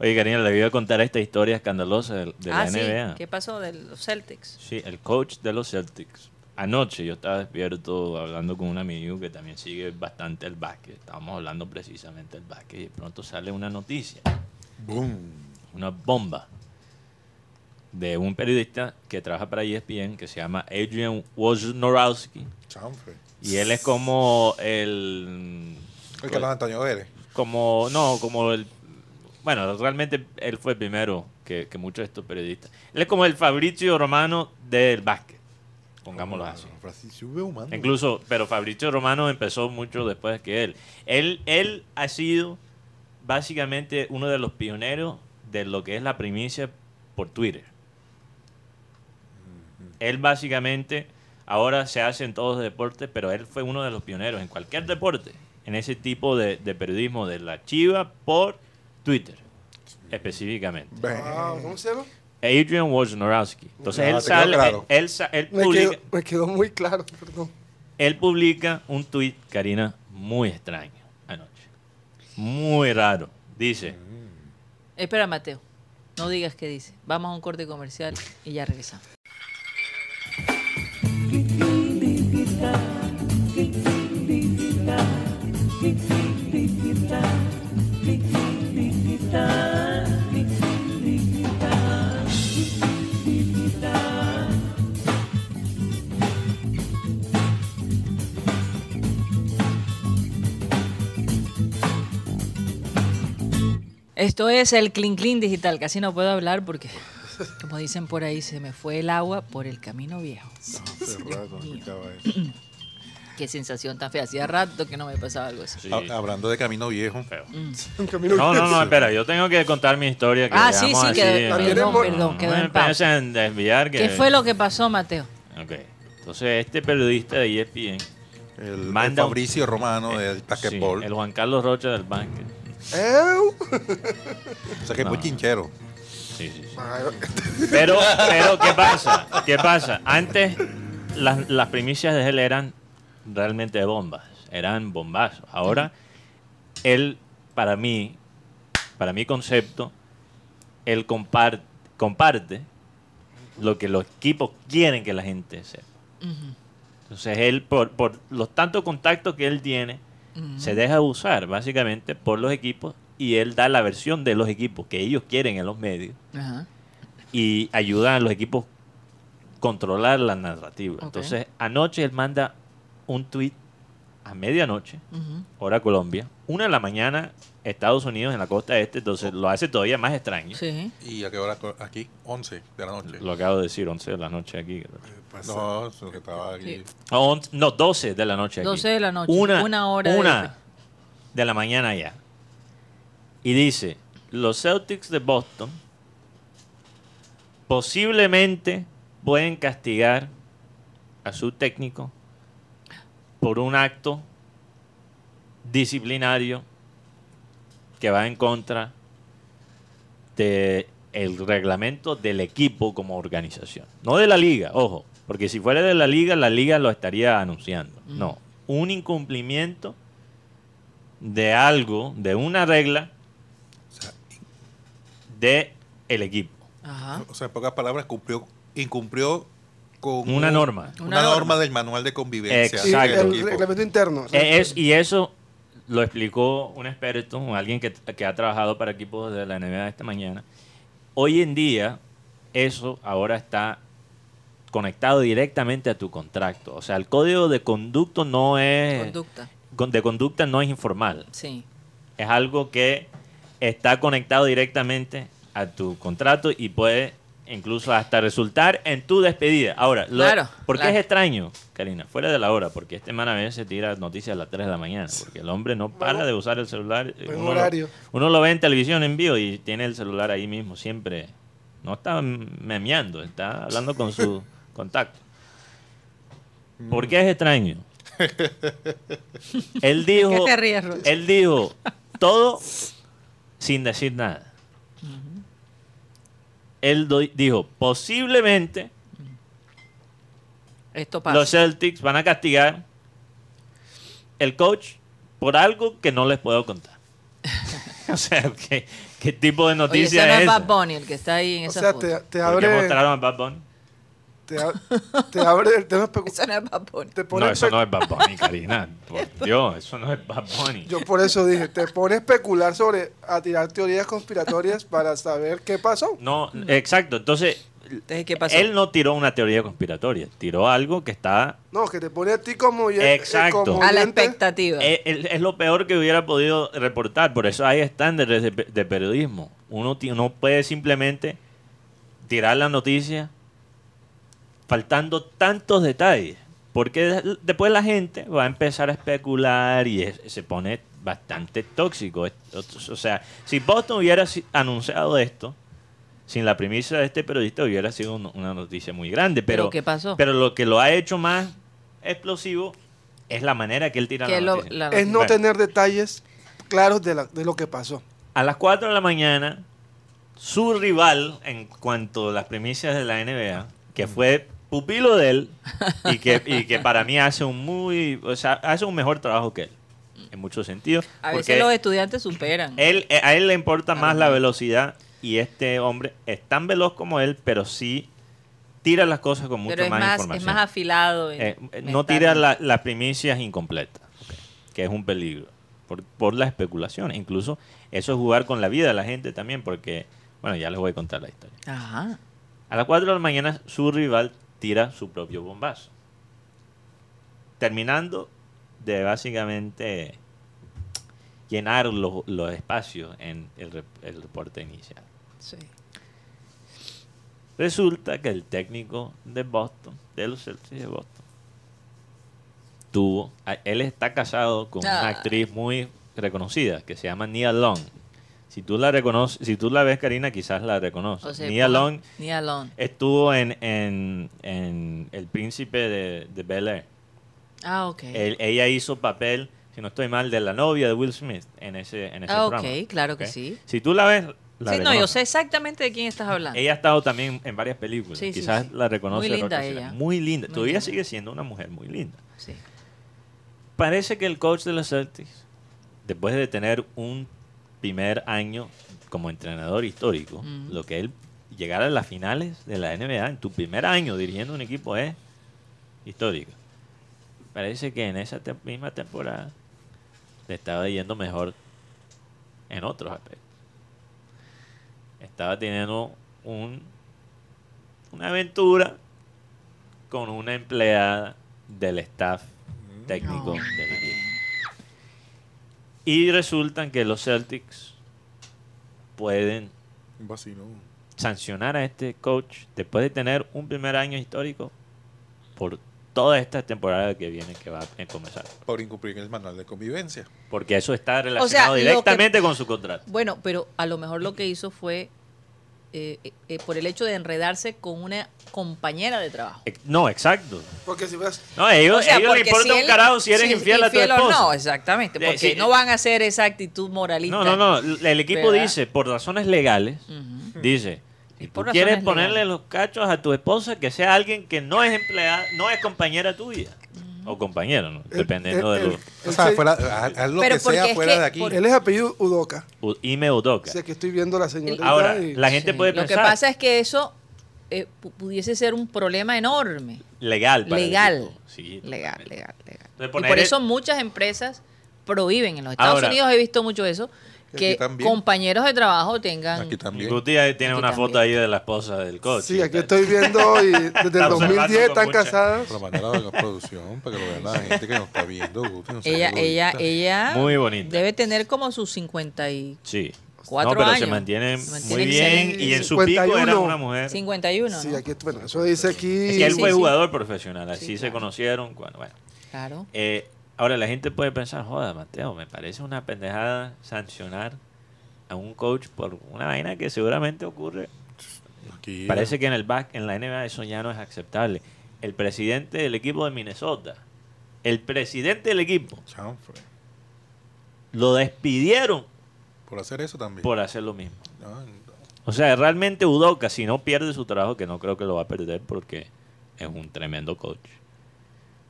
Speaker 3: Oye, Karina, le voy a contar esta historia escandalosa de, de
Speaker 2: ah,
Speaker 3: la
Speaker 2: sí.
Speaker 3: NBA.
Speaker 2: ¿Qué pasó de los Celtics?
Speaker 3: Sí, el coach de los Celtics. Anoche yo estaba despierto hablando con un amigo que también sigue bastante el básquet. Estábamos hablando precisamente del básquet y de pronto sale una noticia,
Speaker 4: Boom.
Speaker 3: una bomba. de un periodista que trabaja para E ESPN que se llama Adrian Wojnarowski.
Speaker 4: Chanfre.
Speaker 3: Y él es como el.
Speaker 4: El que los Antonio Vélez.
Speaker 3: Como. No, como el. Bueno, realmente él fue el primero que, que muchos de estos periodistas. Él es como el Fabrizio Romano del básquet. Pongámoslo así.
Speaker 4: Ah, Francisco Humano.
Speaker 3: Incluso, pero Fabricio Romano empezó mucho después que él. Él, él ha sido básicamente uno de los pioneros de lo que es la primicia por Twitter. Él básicamente, ahora se hace en todos los deportes, pero él fue uno de los pioneros en cualquier deporte, en ese tipo de, de periodismo de la chiva por Twitter, específicamente.
Speaker 4: Ven.
Speaker 5: Wow, ¿Cómo se llama?
Speaker 3: Adrian Wojnarowski. Entonces
Speaker 4: Ah,
Speaker 3: él
Speaker 4: te quedó
Speaker 3: sale,
Speaker 4: claro.
Speaker 3: él, él sa- él
Speaker 5: Me
Speaker 3: publica...
Speaker 5: quedó, me quedó muy claro, perdón.
Speaker 3: Él publica un tuit, Karina, muy extraño anoche. Muy raro. Dice,
Speaker 2: Espera, Mateo. No digas qué dice. Vamos a un corte comercial y ya regresamos. Esto es el Clean Clean Digital. Casi no puedo hablar porque, como dicen por ahí, se me fue el agua por el camino viejo.
Speaker 4: Hace rato no escuchaba eso.
Speaker 2: Qué sensación tan fea. Hacía rato que no me pasaba algo así.
Speaker 3: sí,
Speaker 4: Ha- Ah, Hablando de Camino Viejo.
Speaker 3: feo.
Speaker 5: Un camino
Speaker 3: No, no, no, espera, yo tengo que contar mi historia. Que
Speaker 2: Ah, sí,
Speaker 3: digamos
Speaker 2: sí,
Speaker 3: así,
Speaker 2: que-
Speaker 3: no,
Speaker 5: perdón,
Speaker 3: no,
Speaker 2: perdón,
Speaker 3: no
Speaker 2: quedó
Speaker 3: me
Speaker 2: en pausa.
Speaker 3: empiecen a desviar. Que,
Speaker 2: ¿Qué fue lo que pasó, Mateo?
Speaker 3: Ok. Entonces, este periodista de ESPN,
Speaker 4: El,
Speaker 3: Manda un- Eh,
Speaker 4: Fabricio Romano del
Speaker 3: sí,
Speaker 4: basquetbol.
Speaker 3: el Juan Carlos Rocha del Banque.
Speaker 5: ¡Ew!
Speaker 4: O sea que es muy
Speaker 3: No.
Speaker 4: chinchero.
Speaker 3: Sí, sí, sí.
Speaker 5: Ay,
Speaker 3: Pero, pero, ¿qué pasa? ¿Qué pasa? Antes, las, las primicias de él eran realmente bombas. Eran bombazos. Ahora, él, para mí, para mi concepto, él comparte, comparte lo que los equipos quieren que la gente sepa. Entonces, él, por, por los tantos contactos que él tiene, se deja usar básicamente por los equipos y él da la versión de los equipos que ellos quieren en los medios
Speaker 2: Ajá.
Speaker 3: y ayuda a los equipos a controlar la narrativa.
Speaker 2: Ok.
Speaker 3: Entonces, anoche él manda un tweet a medianoche,
Speaker 2: Ujú.
Speaker 3: hora Colombia, una de la mañana, Estados Unidos, en la costa este, entonces lo hace todavía más extraño.
Speaker 2: Sí.
Speaker 4: ¿Y a qué hora co- aquí? 11 de la noche.
Speaker 3: Lo acabo de decir, 11 de la noche aquí. creo.
Speaker 4: No, eso que estaba aquí.
Speaker 3: Ah, on- No, 12 de la noche aquí.
Speaker 2: 12 de la noche,
Speaker 3: Una,
Speaker 2: una hora de-
Speaker 3: una de la mañana ya. Y dice, los Celtics de Boston posiblemente pueden castigar a su técnico por un acto disciplinario que va en contra de el reglamento del equipo como organización. No de la liga, ojo, porque si fuera de la liga, la liga lo estaría anunciando. No, un incumplimiento de algo, de una regla
Speaker 4: O sea,
Speaker 3: de el equipo.
Speaker 2: Ajá.
Speaker 4: O sea, en pocas palabras, cumplió, incumplió con
Speaker 3: Una
Speaker 4: un-
Speaker 3: norma.
Speaker 4: Una,
Speaker 2: Una
Speaker 4: norma.
Speaker 2: norma.
Speaker 4: del manual de convivencia.
Speaker 5: Y
Speaker 3: Exacto.
Speaker 4: del
Speaker 5: el
Speaker 4: equipo.
Speaker 5: reglamento interno. o sea,
Speaker 3: Eh, es- y eso lo explicó un experto, un- alguien que, que ha trabajado para equipos de la NBA esta mañana. Hoy en día, eso ahora está conectado directamente a tu contrato. O sea, el código de conducto no es...
Speaker 2: Conducta.
Speaker 3: con- De conducta no es informal.
Speaker 2: Sí.
Speaker 3: Es algo que está conectado directamente a tu contrato y puede incluso hasta resultar en tu despedida. Ahora, lo,
Speaker 2: Claro,
Speaker 3: ¿por qué
Speaker 2: claro.
Speaker 3: es extraño, Karina? Fuera de la hora, porque este man a veces tira noticias a las 3 de la mañana, porque el hombre no para de usar el celular.
Speaker 5: buen
Speaker 3: lo-
Speaker 5: horario.
Speaker 3: uno lo ve en televisión en vivo y tiene el celular ahí mismo, siempre. No está memeando, está hablando con su contacto. ¿Por qué es extraño? Él dijo...
Speaker 2: ¿Qué te ríes, Ruth?
Speaker 3: Él dijo todo sin decir nada. Él do- dijo, posiblemente
Speaker 2: Esto
Speaker 3: los
Speaker 2: pasa.
Speaker 3: Celtics van a castigar el coach por algo que no les puedo contar. o sea, ¿qué, qué tipo de
Speaker 2: Oye, ese
Speaker 3: noticia
Speaker 2: no
Speaker 3: es
Speaker 2: es
Speaker 3: esa?
Speaker 2: Bad Bunny el que está ahí en
Speaker 5: o
Speaker 2: esa
Speaker 5: sea,
Speaker 2: foto.
Speaker 5: te, te
Speaker 3: ¿Por qué
Speaker 5: abre,
Speaker 3: mostraron a Bad Bunny?
Speaker 5: te, a- te abre el tema especu-
Speaker 2: Eso no es Bad Bunny.
Speaker 5: Te pone
Speaker 3: No, eso
Speaker 5: espe-
Speaker 3: no es Bad Bunny, Karina. Por Dios, eso no es Bad Bunny.
Speaker 5: Yo por eso dije, te pone a especular sobre, a tirar teorías conspiratorias para saber qué pasó.
Speaker 3: No, exacto. Entonces,
Speaker 2: Entonces, ¿qué pasó?
Speaker 3: Él no tiró una teoría conspiratoria, tiró algo que está...
Speaker 5: No, que te pone a ti como oyen- eh,
Speaker 3: Exacto.
Speaker 5: como
Speaker 2: a la
Speaker 5: oyente.
Speaker 2: expectativa.
Speaker 3: Es, es- es lo peor que hubiera podido reportar, por eso hay estándares de, de periodismo. Uno ti- no puede simplemente tirar la noticia faltando tantos detalles, porque de- después la gente va a empezar a especular y es- se pone bastante tóxico. Es- O sea, si Boston hubiera si- anunciado esto, sin la premisa de este periodista hubiera sido un- una noticia muy grande. Pero,
Speaker 2: ¿Pero qué pasó?
Speaker 3: Pero lo que lo ha hecho más explosivo es la manera que él tira
Speaker 2: Que
Speaker 3: la
Speaker 2: lo-
Speaker 3: noticia.
Speaker 2: la-
Speaker 5: Es no
Speaker 3: Bueno.
Speaker 5: tener detalles claros de, la- de lo que pasó.
Speaker 3: A las 4 de la mañana, su rival, en cuanto a las premisas de la NBA, que fue pupilo de él y que, y que para mí hace un muy, o sea, hace un mejor trabajo que él, en muchos sentidos.
Speaker 2: a
Speaker 3: porque
Speaker 2: veces los estudiantes superan.
Speaker 3: él, eh, a él le importa más la velocidad y este hombre es tan veloz como él, pero sí tira las cosas con mucho
Speaker 2: pero es
Speaker 3: más,
Speaker 2: más, es
Speaker 3: información.
Speaker 2: más afilado. en-
Speaker 3: Eh, eh, no
Speaker 2: mentalmente.
Speaker 3: tira la- las primicias incompletas, que es un peligro por, por la especulación. Incluso eso es jugar con la vida de la gente también, porque, bueno, ya les voy a contar la historia.
Speaker 2: Ajá.
Speaker 3: A las 4 de la mañana su rival tira su propio bombazo. Terminando de básicamente llenar los, los espacios en el, rep- el reporte inicial.
Speaker 2: Sí.
Speaker 3: Resulta que el técnico de Boston, de los Celtics de Boston, tuvo, a- él está casado con una
Speaker 2: Ah.
Speaker 3: actriz muy reconocida que se llama Nia Long. Si tú la reconoces, si tú la ves, Karina, quizás la reconoces.
Speaker 2: O sea,
Speaker 3: Nia
Speaker 2: como-
Speaker 3: Long
Speaker 2: Nia Long.
Speaker 3: estuvo en, en- en El Príncipe de, de Bel Air.
Speaker 2: Ah, ok.
Speaker 3: Él- ella hizo papel, si no estoy mal, de la novia de Will Smith en ese, en ese
Speaker 2: Ah, ok,
Speaker 3: programa.
Speaker 2: claro que
Speaker 3: ¿Ok?
Speaker 2: sí.
Speaker 3: Si tú la ves, la
Speaker 2: sí, no, yo
Speaker 3: reconoces.
Speaker 2: sé exactamente de quién estás hablando.
Speaker 3: Ella ha estado también en varias películas.
Speaker 2: Ah. Sí, sí,
Speaker 3: Quizás
Speaker 2: sí.
Speaker 3: la
Speaker 2: Muy
Speaker 3: reconoce. la
Speaker 2: linda
Speaker 3: reconocerá.
Speaker 2: ella.
Speaker 3: Muy linda.
Speaker 2: Muy
Speaker 3: Todavía
Speaker 2: linda.
Speaker 3: sigue siendo una mujer muy linda.
Speaker 2: Sí.
Speaker 3: Parece que el coach de los Celtics, después de tener un primer año como entrenador histórico,
Speaker 2: Mm.
Speaker 3: lo que él llegar a las finales de la NBA en tu primer año dirigiendo un equipo es histórico. Parece que en esa te- misma temporada le estaba yendo mejor en otros aspectos. Estaba teniendo un, una aventura con una empleada del staff
Speaker 2: No.
Speaker 3: técnico del equipo. Y resultan que los Celtics pueden
Speaker 4: Un vacilón.
Speaker 3: sancionar a este coach después de tener un primer año histórico por toda esta temporada que viene que va a comenzar.
Speaker 4: Por incumplir el manual de convivencia.
Speaker 3: Porque eso está
Speaker 2: O sea, lo
Speaker 3: relacionado
Speaker 2: que-
Speaker 3: directamente con su contrato.
Speaker 2: Bueno, pero a lo mejor lo que hizo fue eh, eh, eh, por el hecho de enredarse con una compañera de trabajo.
Speaker 3: Ex- No, exacto.
Speaker 5: Porque si ves,
Speaker 3: No, a ellos,
Speaker 2: O sea,
Speaker 3: a ellos les
Speaker 2: porque
Speaker 3: importa
Speaker 2: si
Speaker 3: un
Speaker 2: él-
Speaker 3: carajo si eres
Speaker 2: si-
Speaker 3: infiel a tu
Speaker 2: o
Speaker 3: esposa.
Speaker 2: No, exactamente,
Speaker 3: Eh,
Speaker 2: porque
Speaker 3: sí.
Speaker 2: no van a hacer esa actitud moralista.
Speaker 3: No, no, no. El equipo
Speaker 2: ¿Verdad?
Speaker 3: dice, por razones legales,
Speaker 2: Ujú.
Speaker 3: dice,
Speaker 2: Sí,
Speaker 3: si tú
Speaker 2: por razones
Speaker 3: quieres ponerle
Speaker 2: legales.
Speaker 3: los cachos a tu esposa, que sea alguien que no es empleada, no es compañera tuya. O compañero, ¿no? dependiendo
Speaker 5: el-
Speaker 3: de
Speaker 5: el-
Speaker 3: los...
Speaker 4: O sea,
Speaker 5: Él se-
Speaker 4: fuera, haz, haz lo
Speaker 2: Pero
Speaker 4: que
Speaker 2: porque
Speaker 4: sea
Speaker 2: es
Speaker 4: fuera
Speaker 2: que-
Speaker 4: de aquí.
Speaker 2: por-
Speaker 5: él es apellido Udoca.
Speaker 3: U- Ime Udoca.
Speaker 5: O sea, que estoy viendo a la señorita.
Speaker 3: Ahora,
Speaker 5: y-
Speaker 3: la gente
Speaker 2: Sí.
Speaker 3: puede
Speaker 2: Lo
Speaker 3: pensar
Speaker 2: que pasa es que eso eh, pu- pudiese ser un problema enorme.
Speaker 3: legal. para el
Speaker 2: Legal.
Speaker 3: equipo. Sí,
Speaker 2: legal,
Speaker 3: totalmente.
Speaker 2: legal, legal. Y
Speaker 3: Entonces, poner
Speaker 2: por
Speaker 3: el-
Speaker 2: eso muchas empresas prohíben. En los Estados
Speaker 3: Ahora-
Speaker 2: Unidos he visto mucho eso,
Speaker 4: Aquí
Speaker 2: que
Speaker 4: también.
Speaker 2: compañeros de trabajo tengan...
Speaker 4: Aquí también.
Speaker 3: Guti ahí tiene
Speaker 2: Aquí
Speaker 3: una
Speaker 2: también.
Speaker 3: foto ahí de la esposa del coach.
Speaker 5: Sí, aquí
Speaker 3: oh, Está-
Speaker 5: estoy viendo y desde el
Speaker 3: Está observando
Speaker 5: 2010 están
Speaker 3: con mucha-
Speaker 5: casadas.
Speaker 4: Pero mandar a la producción para que lo vea la gente que nos está viendo. Guti, no seas
Speaker 2: Ella, ella,
Speaker 4: egoísta.
Speaker 2: ella
Speaker 3: Muy bonita.
Speaker 2: debe tener como sus 50 y
Speaker 3: Sí.
Speaker 2: Cuatro
Speaker 3: no, pero se
Speaker 2: años.
Speaker 3: mantiene
Speaker 2: Se
Speaker 3: muy
Speaker 2: mantiene
Speaker 3: bien
Speaker 2: excelente.
Speaker 3: y en su
Speaker 5: 51.
Speaker 3: pico era una mujer.
Speaker 2: 51,
Speaker 5: Sí,
Speaker 2: ¿no?
Speaker 5: aquí, bueno, eso dice aquí.
Speaker 3: Es que él
Speaker 2: Sí,
Speaker 3: fue
Speaker 2: sí.
Speaker 3: jugador profesional, así
Speaker 2: Sí,
Speaker 3: se
Speaker 2: claro.
Speaker 3: conocieron. Bueno, bueno.
Speaker 2: Claro.
Speaker 3: Eh, ahora la gente puede pensar, joda, Mateo, me parece una pendejada sancionar a un coach por una vaina que seguramente ocurre.
Speaker 4: Aquí,
Speaker 3: Parece que en el back, en la NBA eso ya no es aceptable. El presidente del equipo de Minnesota, el presidente del equipo,
Speaker 4: chanfre,
Speaker 3: lo despidieron
Speaker 4: Por hacer eso también.
Speaker 3: por hacer lo mismo.
Speaker 4: Ah,
Speaker 3: O sea, realmente Udoca, si no pierde su trabajo, que no creo que lo va a perder porque es un tremendo coach.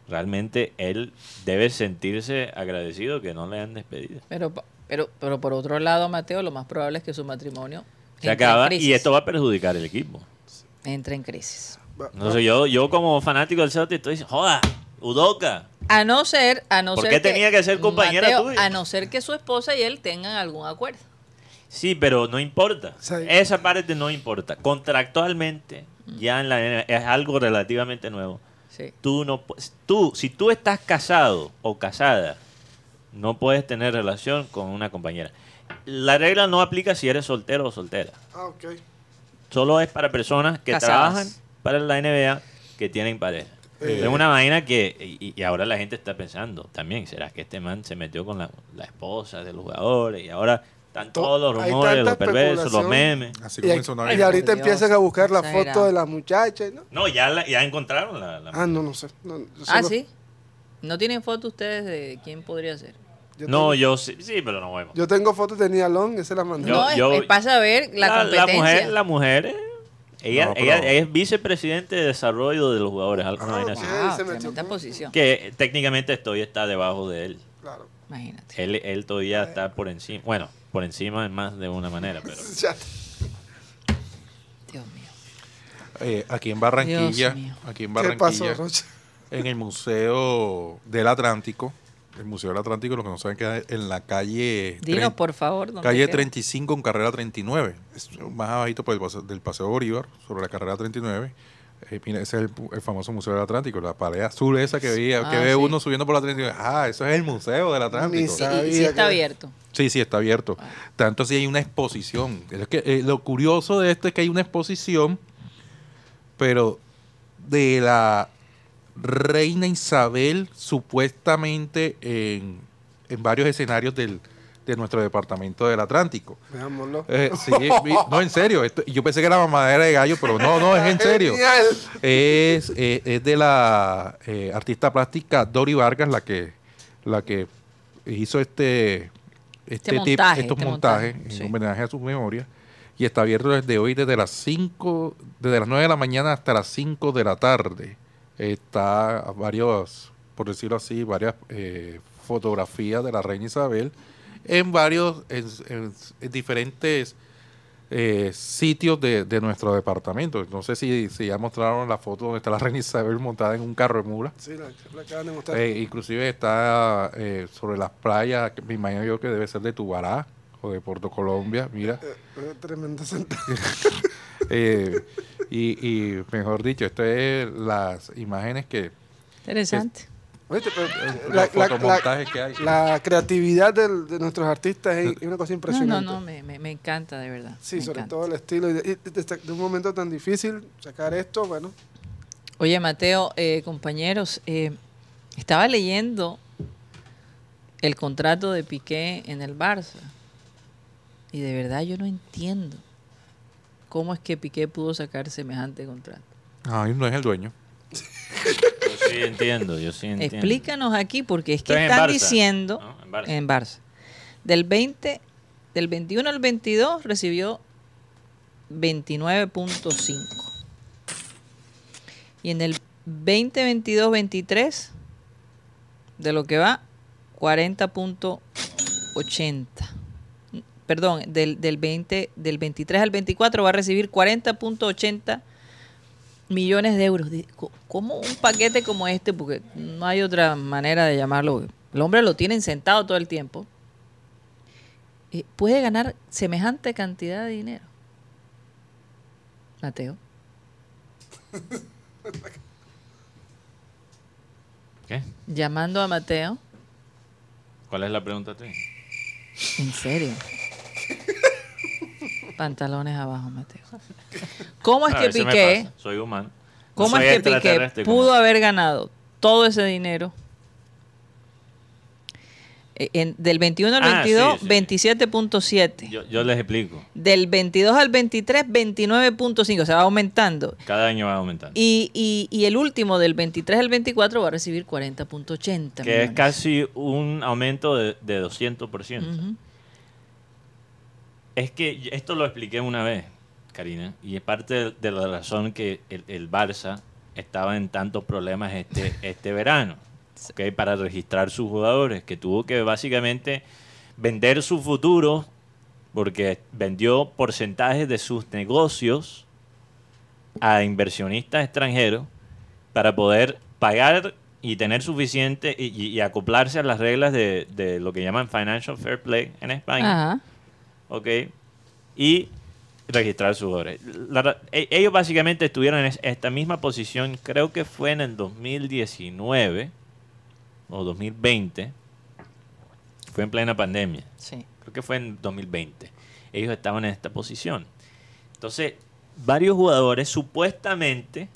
Speaker 3: Realmente él debe sentirse agradecido que no le han despedido.
Speaker 2: Pero, pa- pero, pero por otro lado, Mateo, lo más probable es que su matrimonio
Speaker 3: Se
Speaker 2: entre en
Speaker 3: acaba
Speaker 2: crisis.
Speaker 3: y esto va a perjudicar el equipo.
Speaker 2: Entre en crisis.
Speaker 5: Va-
Speaker 3: Entonces yo, yo como fanático del Celtic estoy diciendo, joda, Udoca.
Speaker 2: A no ser, a no
Speaker 3: ¿Por
Speaker 2: ser
Speaker 3: qué tenía que ser compañera
Speaker 2: Mateo,
Speaker 3: tuya?
Speaker 2: A no ser que su esposa y él tengan algún acuerdo.
Speaker 3: Sí, pero no importa.
Speaker 5: Sí.
Speaker 3: Esa parte no importa. Contractualmente ya en la, es algo relativamente nuevo.
Speaker 2: Sí.
Speaker 3: Tú no pu- tú si tú estás casado o casada, no puedes tener relación con una compañera. La regla no aplica si eres soltero o soltera.
Speaker 5: Ah, ok.
Speaker 3: Solo es para personas que
Speaker 2: Casadas.
Speaker 3: trabajan para la NBA que tienen pareja.
Speaker 5: Eh.
Speaker 3: Es una vaina que, y, y ahora la gente está pensando también, ¿será que este man se metió con la, la esposa de los jugadores? Y ahora están
Speaker 5: To-
Speaker 3: todos los
Speaker 5: hay
Speaker 3: rumores,
Speaker 5: tanta
Speaker 3: los perversos, los
Speaker 5: especulación. Ah,
Speaker 3: memes.
Speaker 4: Así
Speaker 5: Y,
Speaker 4: comenzó una
Speaker 5: y
Speaker 4: vaina.
Speaker 5: ahorita
Speaker 2: Dios,
Speaker 5: empiezan a buscar la
Speaker 2: exagerado.
Speaker 5: foto de la muchacha, ¿no?
Speaker 3: No, ya, la- ya encontraron la... la-
Speaker 5: Ah, no, no sé. No, no,
Speaker 2: Ah,
Speaker 5: solo-
Speaker 2: sí. ¿No tienen foto ustedes de quién podría ser?
Speaker 5: Yo
Speaker 3: no,
Speaker 5: tengo-
Speaker 3: yo sí, sí, pero no vemos.
Speaker 5: Yo tengo fotos de Nia Long, esa la mandé.
Speaker 3: Yo-
Speaker 2: no, es-
Speaker 3: yo-
Speaker 2: es para saber la, competencia.
Speaker 3: mujer, la mujer, eh, ella,
Speaker 4: No, pero-
Speaker 3: ella- ella es vicepresidente de desarrollo de los jugadores, algo
Speaker 5: Ah,
Speaker 3: vaina
Speaker 5: ok.
Speaker 3: así.
Speaker 5: Ah,
Speaker 2: Ah,
Speaker 5: se metió
Speaker 2: tremenda
Speaker 5: con-
Speaker 2: posición.
Speaker 3: Que eh, técnicamente estoy está debajo de él.
Speaker 5: Claro.
Speaker 2: Imagínate.
Speaker 3: Él, él todavía está por encima. Bueno, por encima en más de una manera, pero...
Speaker 5: Ya.
Speaker 2: Dios mío.
Speaker 4: Eh, aquí en Barranquilla,
Speaker 2: Dios mío.
Speaker 4: aquí en
Speaker 5: ¿Qué pasó,
Speaker 4: Barranquilla,
Speaker 5: Rocha?
Speaker 4: en el Museo del Atlántico, el Museo del Atlántico, lo que no saben que es en la calle,
Speaker 2: Dinos,
Speaker 4: 30
Speaker 2: por favor. dónde
Speaker 4: calle
Speaker 2: queda.
Speaker 4: 35 con carrera 39, es más abajito por el paseo- del Paseo Bolívar, sobre la carrera 39. Eh, mira, ese es el, pu- el famoso Museo del Atlántico, la pared azul esa que, veía, que
Speaker 2: Ah,
Speaker 4: ve
Speaker 2: sí.
Speaker 4: uno subiendo por la 39. Ah, eso es el Museo del Atlántico.
Speaker 5: sa-
Speaker 2: Y- Y, sí
Speaker 5: Sabía
Speaker 2: está
Speaker 5: que-
Speaker 2: abierto.
Speaker 4: Sí, sí, está abierto. Tanto así hay una exposición. Es que, eh, lo curioso de esto es que hay una exposición, pero de la reina Isabel, supuestamente en, en varios escenarios del, de nuestro departamento del Atlántico.
Speaker 5: Veámoslo.
Speaker 4: Eh, sí, vi- no, en serio. esto- yo pensé que era mamadera de gallo, pero no, no, es en serio.
Speaker 5: Genial.
Speaker 4: Es, eh, es de la eh, artista plástica Dori Vargas la que, la que hizo este, este, tip-
Speaker 2: montaje,
Speaker 4: estos
Speaker 2: este
Speaker 4: montajes
Speaker 2: montaje,
Speaker 4: en
Speaker 2: sí.
Speaker 4: homenaje a sus memorias. Y está abierto desde hoy, desde las 5, desde las 9 de la mañana hasta las 5 de la tarde. Está a varios, por decirlo así, varias eh, fotografías de la reina Isabel en varios, en, en- en diferentes eh, sitios de, de nuestro departamento. No sé si, si ya mostraron la foto donde está la reina Isabel montada en un carro de mula.
Speaker 5: Sí, la, la acaban de mostrar.
Speaker 4: Eh, inclusive está eh, sobre las playas, que me imagino yo que debe ser de Tubará o de Puerto Colombia, mira.
Speaker 5: Eh, Tremenda sentada.
Speaker 4: Eh, y, y mejor dicho, estas es las imágenes que...
Speaker 2: Interesante.
Speaker 5: Oíste, pero, eh,
Speaker 4: Los
Speaker 5: la, la- la-
Speaker 4: fotomontajes que hay.
Speaker 5: la creatividad del- de nuestros artistas es una cosa
Speaker 2: No, no,
Speaker 5: impresionante.
Speaker 2: no, me, me- me encanta de verdad.
Speaker 5: Sí,
Speaker 2: me
Speaker 5: sobre
Speaker 2: encanta.
Speaker 5: todo el estilo. Y de, y de- de un momento tan difícil, sacar esto, bueno.
Speaker 2: Oye, Mateo, eh, compañeros, eh, estaba leyendo el contrato de Piqué en el Barça. Y de verdad yo no entiendo cómo es que Piqué pudo sacar semejante contrato.
Speaker 4: Ay, Ah, no es el dueño.
Speaker 3: Yo sí entiendo, yo sí entiendo.
Speaker 2: Explícanos aquí, porque es que
Speaker 3: Esto es en
Speaker 2: están
Speaker 3: Barça,
Speaker 2: diciendo
Speaker 3: ¿no? En Barça.
Speaker 2: en Barça. Del 20, del 21 al 22 recibió 29.5. Y en el 20, 22, 23, de lo que va, 40.80. Perdón, del, del, 20, del 23 al 24 va a recibir 40.80 millones de euros. Di- co- ¿Cómo un paquete como este? Porque no hay otra manera de llamarlo. El hombre lo tienen sentado todo el tiempo. Eh, Puede ganar semejante cantidad de dinero. Mateo.
Speaker 3: ¿Qué?
Speaker 2: Llamando a Mateo.
Speaker 3: ¿Cuál es la pregunta tuya?
Speaker 2: En serio. Pantalones abajo, Mateo. ¿Cómo es
Speaker 3: A
Speaker 2: que
Speaker 3: veces me
Speaker 2: Piqué,
Speaker 3: pasa, Soy humano. No
Speaker 2: cómo
Speaker 3: soy
Speaker 2: es que Piqué
Speaker 3: extraterrestre como-
Speaker 2: pudo haber ganado todo ese dinero? Eh, en- del 21 al
Speaker 3: Ah,
Speaker 2: 22,
Speaker 3: sí, sí.
Speaker 2: 27.7.
Speaker 3: Yo, yo les explico.
Speaker 2: Del 22 al 23, 29.5. Se va aumentando.
Speaker 3: Cada año va aumentando.
Speaker 2: Y, y- y el último, del 23 al 24, va a recibir 40.80.
Speaker 3: que es
Speaker 2: millones.
Speaker 3: casi un aumento de, de 200%.
Speaker 2: Ujú.
Speaker 3: Es que yo- esto lo expliqué una vez, Karina, y es parte de, de la razón que el, el Barça estaba en tantos problemas este, este verano, ¿ok? para registrar sus jugadores, que tuvo que básicamente vender su futuro, porque vendió porcentajes de sus negocios a inversionistas extranjeros para poder pagar y tener suficiente y, y- y acoplarse a las reglas de, de lo que llaman Financial Fair Play en España.
Speaker 2: Ajá.
Speaker 3: ¿ok? Y registrar sus obras. La ra- e- ellos básicamente estuvieron en es- esta misma posición, creo que fue en el 2019 o 2020, fue en plena pandemia,
Speaker 2: Sí.
Speaker 3: creo que fue en 2020. Ellos estaban en esta posición. Entonces, varios jugadores supuestamente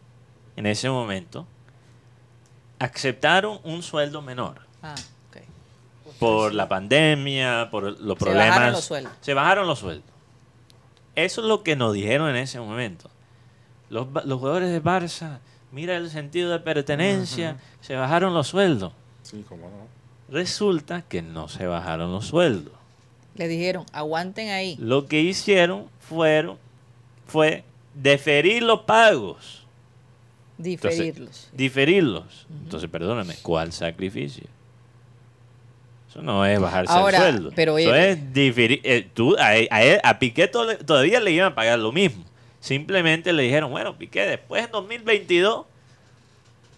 Speaker 3: en ese momento aceptaron un sueldo menor
Speaker 2: Ah, ok.
Speaker 3: por la pandemia, por los
Speaker 2: Se
Speaker 3: problemas.
Speaker 2: bajaron los sueldos.
Speaker 3: Se bajaron los sueldos. Eso es lo que nos dijeron en ese momento. Los, ba- los jugadores de Barça, mira el sentido de pertenencia, se bajaron los sueldos.
Speaker 4: Sí, cómo no.
Speaker 3: Resulta que no se bajaron los sueldos.
Speaker 2: Le dijeron, aguanten ahí.
Speaker 3: Lo que hicieron fueron, fue deferir los pagos. Entonces,
Speaker 2: Diferirlos.
Speaker 3: Diferirlos. Entonces, perdóname, ¿cuál sacrificio? Eso no es bajarse
Speaker 2: Ahora,
Speaker 3: el sueldo.
Speaker 2: pero
Speaker 3: Eso
Speaker 2: oye-
Speaker 3: es diferir. eh, tú, a, él- a, él- a Piqué to- todavía le iban a pagar lo mismo. Simplemente le dijeron, bueno, Piqué, después en 2022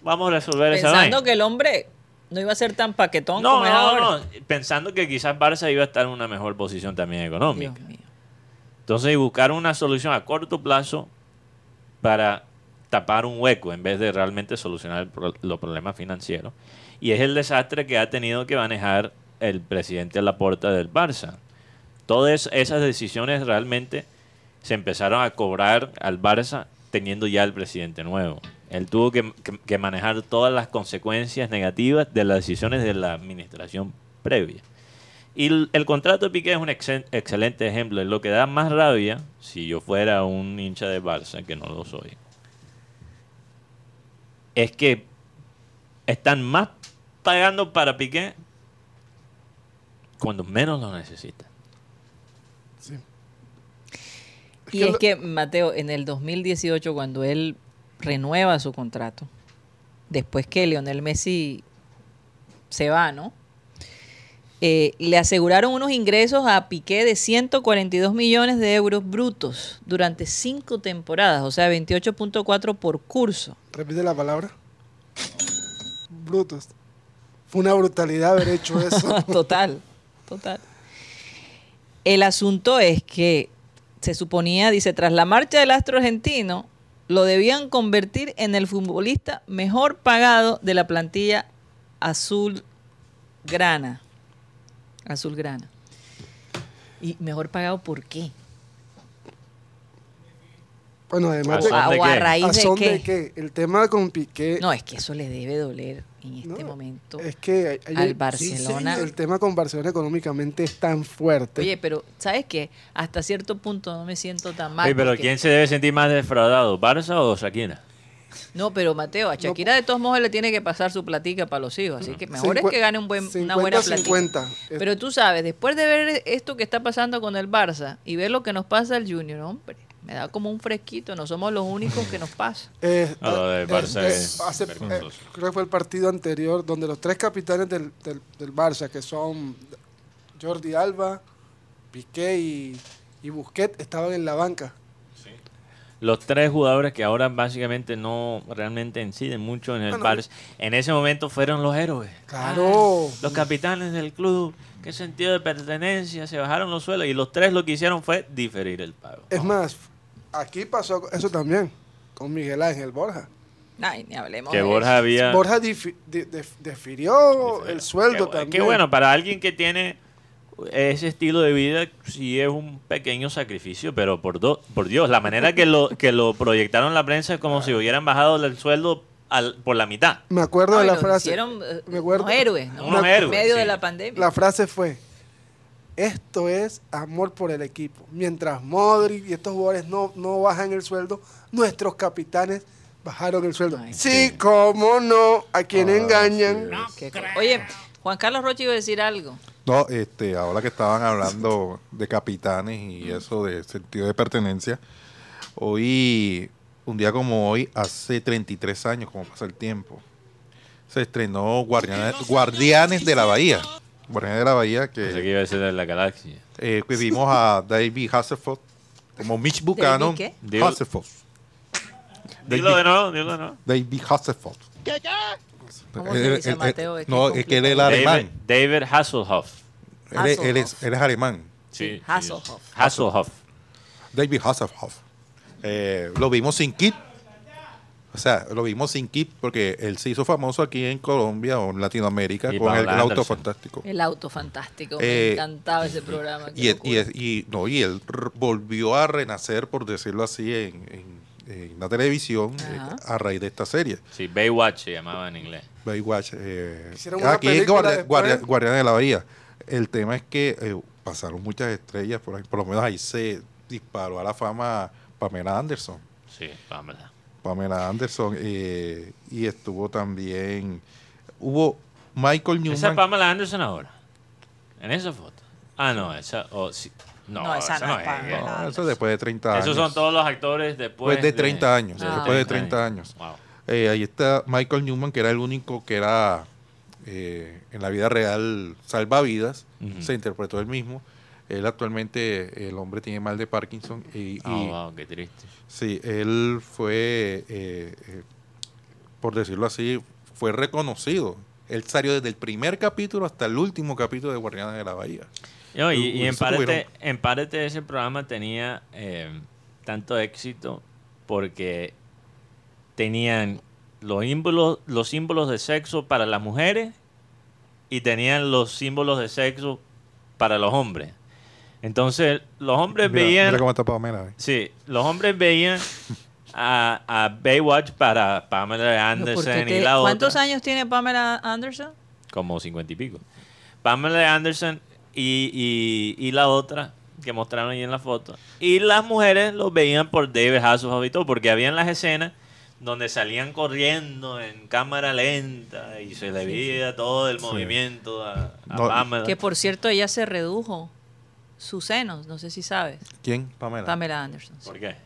Speaker 3: vamos a resolver esa vaina.
Speaker 2: Pensando que el hombre no iba a ser tan paquetón
Speaker 3: no,
Speaker 2: como es ahora.
Speaker 3: no, no, pensando que quizás Barça iba a estar en una mejor posición también económica.
Speaker 2: Dios mío.
Speaker 3: Entonces, buscar una solución a corto plazo para tapar un hueco en vez de realmente solucionar el pro- los problemas financieros. Y es el desastre que ha tenido que manejar el presidente Laporta del Barça. Todas esas decisiones realmente se empezaron a cobrar al Barça teniendo ya el presidente nuevo. Él tuvo que, que- que manejar todas las consecuencias negativas de las decisiones de la administración previa. Y el, el contrato de Piqué es un exen- excelente ejemplo. Es Lo que da más rabia, si yo fuera un hincha de Barça, que no lo soy, es que están más pagando para Piqué cuando menos lo necesitan.
Speaker 2: Y es que, Mateo, en el 2018, cuando él renueva su contrato, después que Lionel Messi se va, ¿no? Eh, le aseguraron unos ingresos a Piqué de 142 millones de euros brutos durante cinco temporadas, o sea, 28.4 por curso.
Speaker 5: Repite la palabra. Brutos. Fue una brutalidad haber hecho eso.
Speaker 2: total, total. El asunto es que se suponía, dice, tras la marcha del astro argentino, lo debían convertir en el futbolista mejor pagado de la plantilla azul grana. Azul grana. ¿Y mejor pagado por qué?
Speaker 5: Bueno, además
Speaker 2: ¿O
Speaker 5: de,
Speaker 2: a,
Speaker 3: de
Speaker 2: o a
Speaker 3: qué?
Speaker 5: ¿a
Speaker 2: raíz de
Speaker 5: son
Speaker 2: qué?
Speaker 5: de qué? el tema con Piqué.
Speaker 2: No, es que eso les debe doler en este
Speaker 5: No,
Speaker 2: momento.
Speaker 5: Es que hay- hay-
Speaker 2: al
Speaker 5: sí,
Speaker 2: Barcelona.
Speaker 5: señor, el tema con Barcelona económicamente es tan fuerte.
Speaker 2: Oye, pero ¿sabes qué? Hasta cierto punto no me siento tan mal.
Speaker 3: Oye, pero
Speaker 2: porque-
Speaker 3: ¿quién se debe sentir más defraudado, Barça o Shakira?
Speaker 2: No, pero Mateo, a Shakira de todos modos le tiene que pasar su platica para los hijos, así que mejor es
Speaker 5: Cincue-
Speaker 2: que gane un buen, una
Speaker 5: 50,
Speaker 2: buena platica.
Speaker 5: 50. Es-
Speaker 2: Pero tú sabes, después de ver esto que está pasando con el Barça y ver lo que nos pasa al Junior, hombre, me da como un fresquito, no somos los únicos que nos pasa.
Speaker 5: Eh,
Speaker 3: No, lo del
Speaker 5: eh,
Speaker 3: Barça
Speaker 5: eh,
Speaker 3: es
Speaker 5: hace- eh,
Speaker 3: vergonzoso.
Speaker 5: creo que fue el partido anterior donde los tres capitanes del, del, del Barça, que son Jordi Alba, Piqué y, y Busquets, estaban en la banca.
Speaker 3: los tres jugadores que ahora básicamente no realmente inciden mucho en el
Speaker 5: Bueno.
Speaker 3: Barça, en ese momento fueron los héroes.
Speaker 5: Claro.
Speaker 3: Los capitanes del club, qué sentido de pertenencia, se bajaron los suelos y los tres lo que hicieron fue diferir el pago.
Speaker 5: Es más, aquí pasó eso también, con Miguel Ángel Borja.
Speaker 2: Ay, ni hablemos
Speaker 3: Que
Speaker 2: de
Speaker 3: Borja
Speaker 2: eso.
Speaker 3: había...
Speaker 5: Borja difi- di- def- defirió
Speaker 3: diferido.
Speaker 5: el sueldo
Speaker 3: Qué bu-
Speaker 5: también.
Speaker 3: Qué bueno, para alguien que tiene ese estilo de vida, sí es un pequeño sacrificio, pero por, do- por Dios, la manera que lo, que lo proyectaron la prensa es como si hubieran bajado el sueldo al- por la mitad.
Speaker 5: Me acuerdo
Speaker 2: Ay,
Speaker 5: de la
Speaker 2: nos
Speaker 5: frase.
Speaker 2: hicieron, eh,
Speaker 5: me acuerdo.
Speaker 2: unos héroes, ¿no?
Speaker 3: Unos
Speaker 2: En
Speaker 3: héroes,
Speaker 2: medio de
Speaker 3: sí.
Speaker 2: la pandemia.
Speaker 5: La frase fue: Esto es amor por el equipo. Mientras Modric y estos jugadores no, no bajan el sueldo, nuestros capitanes bajaron el sueldo.
Speaker 2: Ay,
Speaker 5: sí, cómo no, a quien
Speaker 3: Ah,
Speaker 5: engañan.
Speaker 2: Qué co- Oye, Juan Carlos Rocha iba a decir algo.
Speaker 4: No, este, ahora que estaban hablando de capitanes y eso de sentido de pertenencia, hoy, un día como hoy, hace 33 años, como pasa el tiempo, se estrenó Guardianes, Guardianes de la Bahía. Guardianes de la Bahía,
Speaker 3: Pensé que
Speaker 4: que,
Speaker 3: iba a ser de la galaxia.
Speaker 4: eh, que vimos a David Hasselhoff como Mitch Buchanan.
Speaker 2: qué?
Speaker 3: Digo-
Speaker 4: Hasselhoff.
Speaker 3: Dilo de nuevo, dilo de nuevo.
Speaker 4: David Hasselhoff.
Speaker 2: ¿Cómo se
Speaker 4: Él-
Speaker 2: dice,
Speaker 4: él- él-
Speaker 2: Mateo? Es que
Speaker 4: no,
Speaker 2: es
Speaker 4: es que él es
Speaker 2: complicado.
Speaker 3: David,
Speaker 4: alemán.
Speaker 3: David Hasselhoff.
Speaker 4: Él, es- él es, él es alemán.
Speaker 2: Sí, Hasselhoff.
Speaker 3: Hasselhoff.
Speaker 4: David Hasselhoff. Eh, lo vimos sin kit. O sea, lo vimos sin kit porque él se hizo famoso aquí en Colombia o en Latinoamérica
Speaker 3: Y
Speaker 4: con el,
Speaker 3: Paula
Speaker 4: auto
Speaker 3: Anderson.
Speaker 4: fantástico.
Speaker 2: El auto fantástico.
Speaker 4: Eh,
Speaker 2: me encantaba ese programa. qué
Speaker 4: Y, él- y,
Speaker 2: locura.
Speaker 4: él- y- no, y él r- volvió a renacer, por decirlo así, en, en- en la televisión eh,
Speaker 2: Ajá.
Speaker 4: a raíz de esta serie.
Speaker 3: Sí, Baywatch se llamaba en inglés.
Speaker 4: Baywatch. eh,
Speaker 5: Hicieron una
Speaker 4: aquí en
Speaker 5: película
Speaker 4: Guardia,
Speaker 5: después.
Speaker 4: Guardia- Guardianes de la Bahía. El tema es que eh, pasaron muchas estrellas, por, ahí, por lo menos ahí se disparó a la fama Pamela Anderson.
Speaker 3: Sí, Pamela.
Speaker 4: Pamela Anderson eh, y estuvo también. Hubo Michael Newman.
Speaker 3: Esa es Pamela Anderson ahora. En esa foto. Ah, no, esa. oh, sí. no,
Speaker 2: No, esa
Speaker 3: esa
Speaker 2: no
Speaker 3: no
Speaker 2: es
Speaker 3: es.
Speaker 2: Pamela.
Speaker 3: ella.
Speaker 4: No, Ah, eso después de 30 años.
Speaker 3: Esos son todos los actores después
Speaker 4: Después de 30 años,
Speaker 2: Ah. después
Speaker 4: de 30 años.
Speaker 3: Wow.
Speaker 4: Eh, ahí está Michael Newman, que era el único que era eh, en la vida real salvavidas.
Speaker 3: Ujú.
Speaker 4: Se interpretó él mismo. Él actualmente, el hombre tiene mal de Parkinson. Y, y
Speaker 3: Ah, wow, qué triste.
Speaker 4: sí, él fue, eh, eh, por decirlo así, fue reconocido. Él salió desde el primer capítulo hasta el último capítulo de Guardianes de la Bahía.
Speaker 3: No, y,
Speaker 4: Uy,
Speaker 3: y en,
Speaker 4: eso
Speaker 3: parte,
Speaker 4: tuvieron.
Speaker 3: en parte ese programa tenía eh, tanto éxito porque tenían los símbolos, los símbolos de sexo para las mujeres y tenían los símbolos de sexo para los hombres. Entonces, los hombres
Speaker 4: Mira,
Speaker 3: veían...
Speaker 4: mira cómo está Pamela. eh.
Speaker 3: Sí, los hombres veían a, a Baywatch para Pamela
Speaker 2: Pero ¿por qué
Speaker 3: Anderson y
Speaker 2: te-
Speaker 3: la otra.
Speaker 2: ¿Cuántos años tiene Pamela Anderson?
Speaker 3: Como cincuenta y pico. Pamela Anderson y, y, y la otra que mostraron ahí en la foto. Y las mujeres los veían por David Hasselhoff y todo, porque habían las escenas donde salían corriendo en cámara lenta y se le veía todo el movimiento a, a
Speaker 4: No,
Speaker 3: Pamela.
Speaker 2: Que por cierto, ella se redujo sus senos, no sé si sabes.
Speaker 4: ¿Quién? Pamela.
Speaker 2: Pamela Anderson. sí.
Speaker 3: ¿Por qué?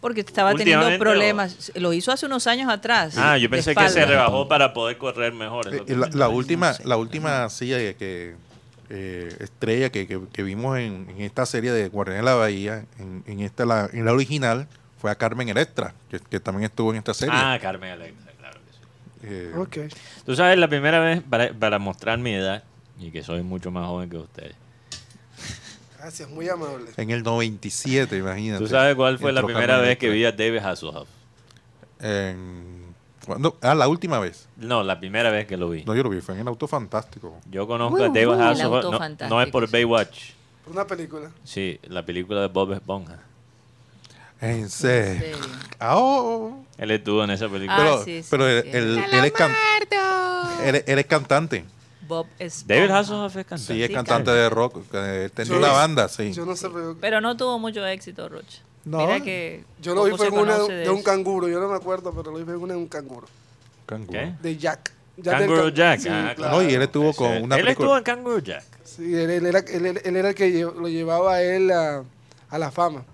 Speaker 2: Porque estaba teniendo
Speaker 3: Últimamente,
Speaker 2: problemas. Lo hizo hace unos años atrás.
Speaker 3: Ah,
Speaker 2: de
Speaker 3: yo pensé que se
Speaker 2: espalda.
Speaker 3: rebajó para poder correr mejor. es
Speaker 4: Eh,
Speaker 3: lo que
Speaker 4: eh, la,
Speaker 3: pensé.
Speaker 4: la última,
Speaker 2: sé.
Speaker 4: la última sí, eh, que eh, estrella que, que- que vimos en, en esta serie de Guardianes de la Bahía, en, en esta la, en la original, fue a Carmen Electra, que, que también estuvo en esta serie.
Speaker 3: Ah, Carmen Electra, claro que sí.
Speaker 4: Eh,
Speaker 5: Ok.
Speaker 3: Tú sabes, la primera vez, para, para mostrar mi edad, y que soy mucho más joven que ustedes.
Speaker 5: Gracias, muy amable.
Speaker 4: En el 97, imagínate.
Speaker 3: ¿Tú sabes cuál fue la
Speaker 4: entró
Speaker 3: primera
Speaker 4: Carmen
Speaker 3: vez que vi
Speaker 4: Electra.
Speaker 3: a David Hasselhoff?
Speaker 4: En- ¿cuándo? Ah, la última vez.
Speaker 3: No, la primera vez que lo vi.
Speaker 4: No, yo lo vi, fue en el Auto Fantástico.
Speaker 3: Yo conozco a David
Speaker 2: El
Speaker 3: Hasselhoff,
Speaker 2: auto
Speaker 3: no- no,
Speaker 2: fantástico,
Speaker 3: es por
Speaker 2: sí.
Speaker 3: Baywatch,
Speaker 5: Por una película.
Speaker 3: sí, la película de Bob Esponja.
Speaker 4: En
Speaker 2: En
Speaker 4: serio.
Speaker 2: serio.
Speaker 4: Ah, oh.
Speaker 3: Él estuvo en esa película.
Speaker 2: Ah,
Speaker 4: Pero,
Speaker 2: sí, sí,
Speaker 4: pero él,
Speaker 2: sí.
Speaker 4: él- él es can- él- él es cantante.
Speaker 2: Bob Esponja.
Speaker 3: David Hasselhoff es cantante.
Speaker 4: Sí, es
Speaker 2: Sí,
Speaker 4: cantante
Speaker 2: canta.
Speaker 4: de rock. eh, Tenía
Speaker 5: Yo-
Speaker 4: una banda, sí.
Speaker 5: Yo no sé, pero
Speaker 2: Pero no tuvo mucho éxito, Roche.
Speaker 4: No.
Speaker 2: Mira que
Speaker 5: yo lo vi
Speaker 2: poco
Speaker 5: fue
Speaker 2: se
Speaker 5: en una
Speaker 2: conoce
Speaker 5: de un
Speaker 2: eso.
Speaker 5: canguro. Yo no me acuerdo, pero lo vi fue en una de un canguro.
Speaker 4: Canguro.
Speaker 3: ¿Qué?
Speaker 5: De Jack. del
Speaker 3: Kangaroo
Speaker 5: can-
Speaker 3: Jack.
Speaker 5: Sí,
Speaker 3: ah,
Speaker 5: claro.
Speaker 4: No, y él estuvo con
Speaker 3: Ese-
Speaker 4: una
Speaker 3: Él
Speaker 4: película-
Speaker 3: estuvo en Kangaroo Jack.
Speaker 5: Sí, él, él era, él, él- él era el que lle- lo llevaba a él a, a la fama.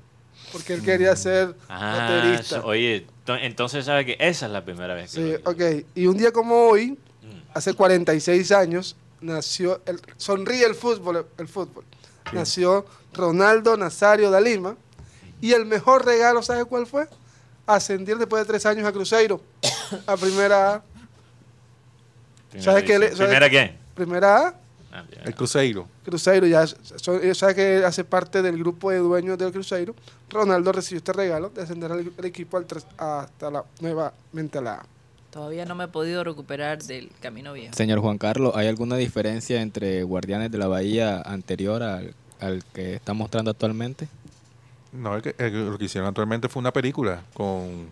Speaker 5: Porque él quería ser
Speaker 3: Mm. Ah,
Speaker 5: baterista.
Speaker 3: so- oye, to- entonces sabe que esa es la primera vez que
Speaker 5: Sí,
Speaker 3: lo vi.
Speaker 5: ok. Y un día como hoy,
Speaker 3: Mm.
Speaker 5: hace 46 años, nació. El, sonríe el fútbol. El fútbol. Nació Ronaldo Nazario da Lima. Y el mejor regalo, ¿sabes cuál fue? Ascendir después de tres años a Cruzeiro. a primera A.
Speaker 3: Primera
Speaker 5: ¿Sabes qué le-
Speaker 3: vez. ¿Primera qué?
Speaker 5: Primera A,
Speaker 3: Ah, ya.
Speaker 4: El Cruzeiro.
Speaker 5: Cruzeiro. Ya, so- eh, ¿Sabes que hace parte del grupo de dueños del Cruzeiro? Ronaldo recibió este regalo de ascender al, el equipo al tres- hasta la nuevamente a la A.
Speaker 2: Todavía no me he podido recuperar del camino viejo.
Speaker 6: Señor Juan Carlos, ¿hay alguna diferencia entre Guardianes de la Bahía anterior al, al que está mostrando actualmente?
Speaker 4: No, el que- el- lo que hicieron actualmente fue una película con,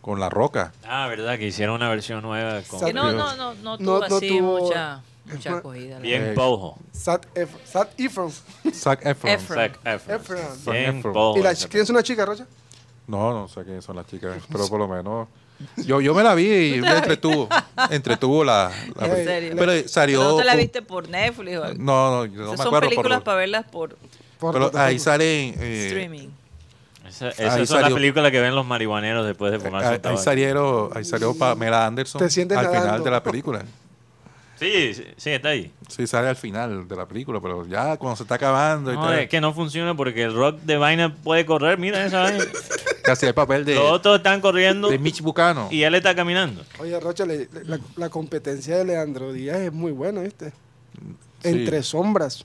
Speaker 4: con La Roca.
Speaker 3: Ah, verdad, que hicieron una versión nueva con
Speaker 2: Que no, no, no, no tuvo
Speaker 5: No- no
Speaker 2: así
Speaker 5: tuvo-
Speaker 2: mucha, mucha
Speaker 5: Ajá.
Speaker 2: acogida. la
Speaker 3: Bien
Speaker 4: Eh,
Speaker 3: pojo.
Speaker 5: Sat Ef- Sat Efron.
Speaker 4: Zac Efron.
Speaker 2: Efron.
Speaker 3: Zac Efron.
Speaker 5: Efron.
Speaker 4: Zac
Speaker 3: Bien
Speaker 4: Efron.
Speaker 3: pojo.
Speaker 5: ¿Y la,
Speaker 3: esa
Speaker 5: chi- ¿Quién es una chica, Rocha?
Speaker 4: No, no sé quiénes son las chicas, pero por lo menos... Yo, yo me la vi y me entretuvo. Entretuvo la... la
Speaker 5: ¿En
Speaker 4: peli-
Speaker 2: serio?
Speaker 4: Pero salió...
Speaker 2: Pero no te la
Speaker 4: un-
Speaker 2: viste por Netflix o algo.
Speaker 4: No, no, yo no
Speaker 2: Esas
Speaker 4: me
Speaker 2: son
Speaker 4: acuerdo. por
Speaker 2: películas
Speaker 4: lo-
Speaker 2: para verlas por
Speaker 5: Por
Speaker 4: pero ahí
Speaker 5: plataforma.
Speaker 4: salen... eh,
Speaker 2: streaming.
Speaker 3: Esa, esas
Speaker 4: Ahí
Speaker 3: son las
Speaker 4: salió.
Speaker 3: películas que ven los marihuaneros después de
Speaker 5: Ah,
Speaker 3: fumar
Speaker 4: eh, ahí,
Speaker 3: su
Speaker 4: ahí
Speaker 3: tabaco.
Speaker 4: salieron, ahí salió Pamela Anderson
Speaker 5: Te
Speaker 4: al
Speaker 5: sientes
Speaker 4: final
Speaker 5: nadando.
Speaker 4: de la película.
Speaker 3: Sí, sí, sí, está ahí.
Speaker 4: Sí, sale al final de la película, pero ya cuando se está acabando y
Speaker 3: No,
Speaker 4: tal,
Speaker 3: es que no funciona porque el rock de vaina puede correr, mira esa vaina.
Speaker 4: que hacía el papel de,
Speaker 3: Los otros están corriendo
Speaker 4: de Mitch Bucano.
Speaker 3: y él está caminando.
Speaker 5: Oye, Rocha, le- le- la, la competencia de Leandro Díaz es muy buena, ¿viste?
Speaker 4: Sí.
Speaker 5: Entre sombras.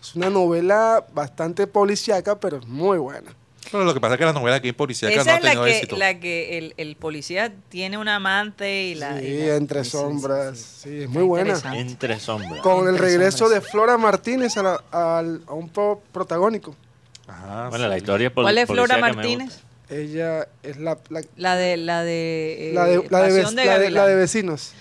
Speaker 5: Es una novela bastante policíaca, pero es muy buena.
Speaker 4: Pero lo que pasa es que la novela aquí policíaca no
Speaker 2: Esa
Speaker 4: ha
Speaker 2: es la
Speaker 4: tenido
Speaker 2: que,
Speaker 4: éxito.
Speaker 2: la que el, el policía tiene un amante y la.
Speaker 5: sí,
Speaker 2: y la-
Speaker 5: entre
Speaker 2: sí, sí, sí,
Speaker 5: sombras.
Speaker 2: sí.
Speaker 5: Sí, es muy buena.
Speaker 2: interesante.
Speaker 3: Entre sombras.
Speaker 5: Con el
Speaker 2: Entre
Speaker 5: regreso de
Speaker 2: sombras.
Speaker 5: Flora Martínez a, la- al- a un po- protagónico.
Speaker 4: Ajá,
Speaker 3: Bueno,
Speaker 4: sí.
Speaker 3: la historia pol-
Speaker 2: ¿Cuál es Flora
Speaker 3: policíaca me
Speaker 2: Martínez?
Speaker 3: gusta.
Speaker 5: Ella es la, la-
Speaker 2: La de. La de. eh,
Speaker 5: la de, la de,
Speaker 2: Pasión
Speaker 5: ve-
Speaker 2: de
Speaker 5: la de- la
Speaker 2: Gavilán.
Speaker 5: de vecinos.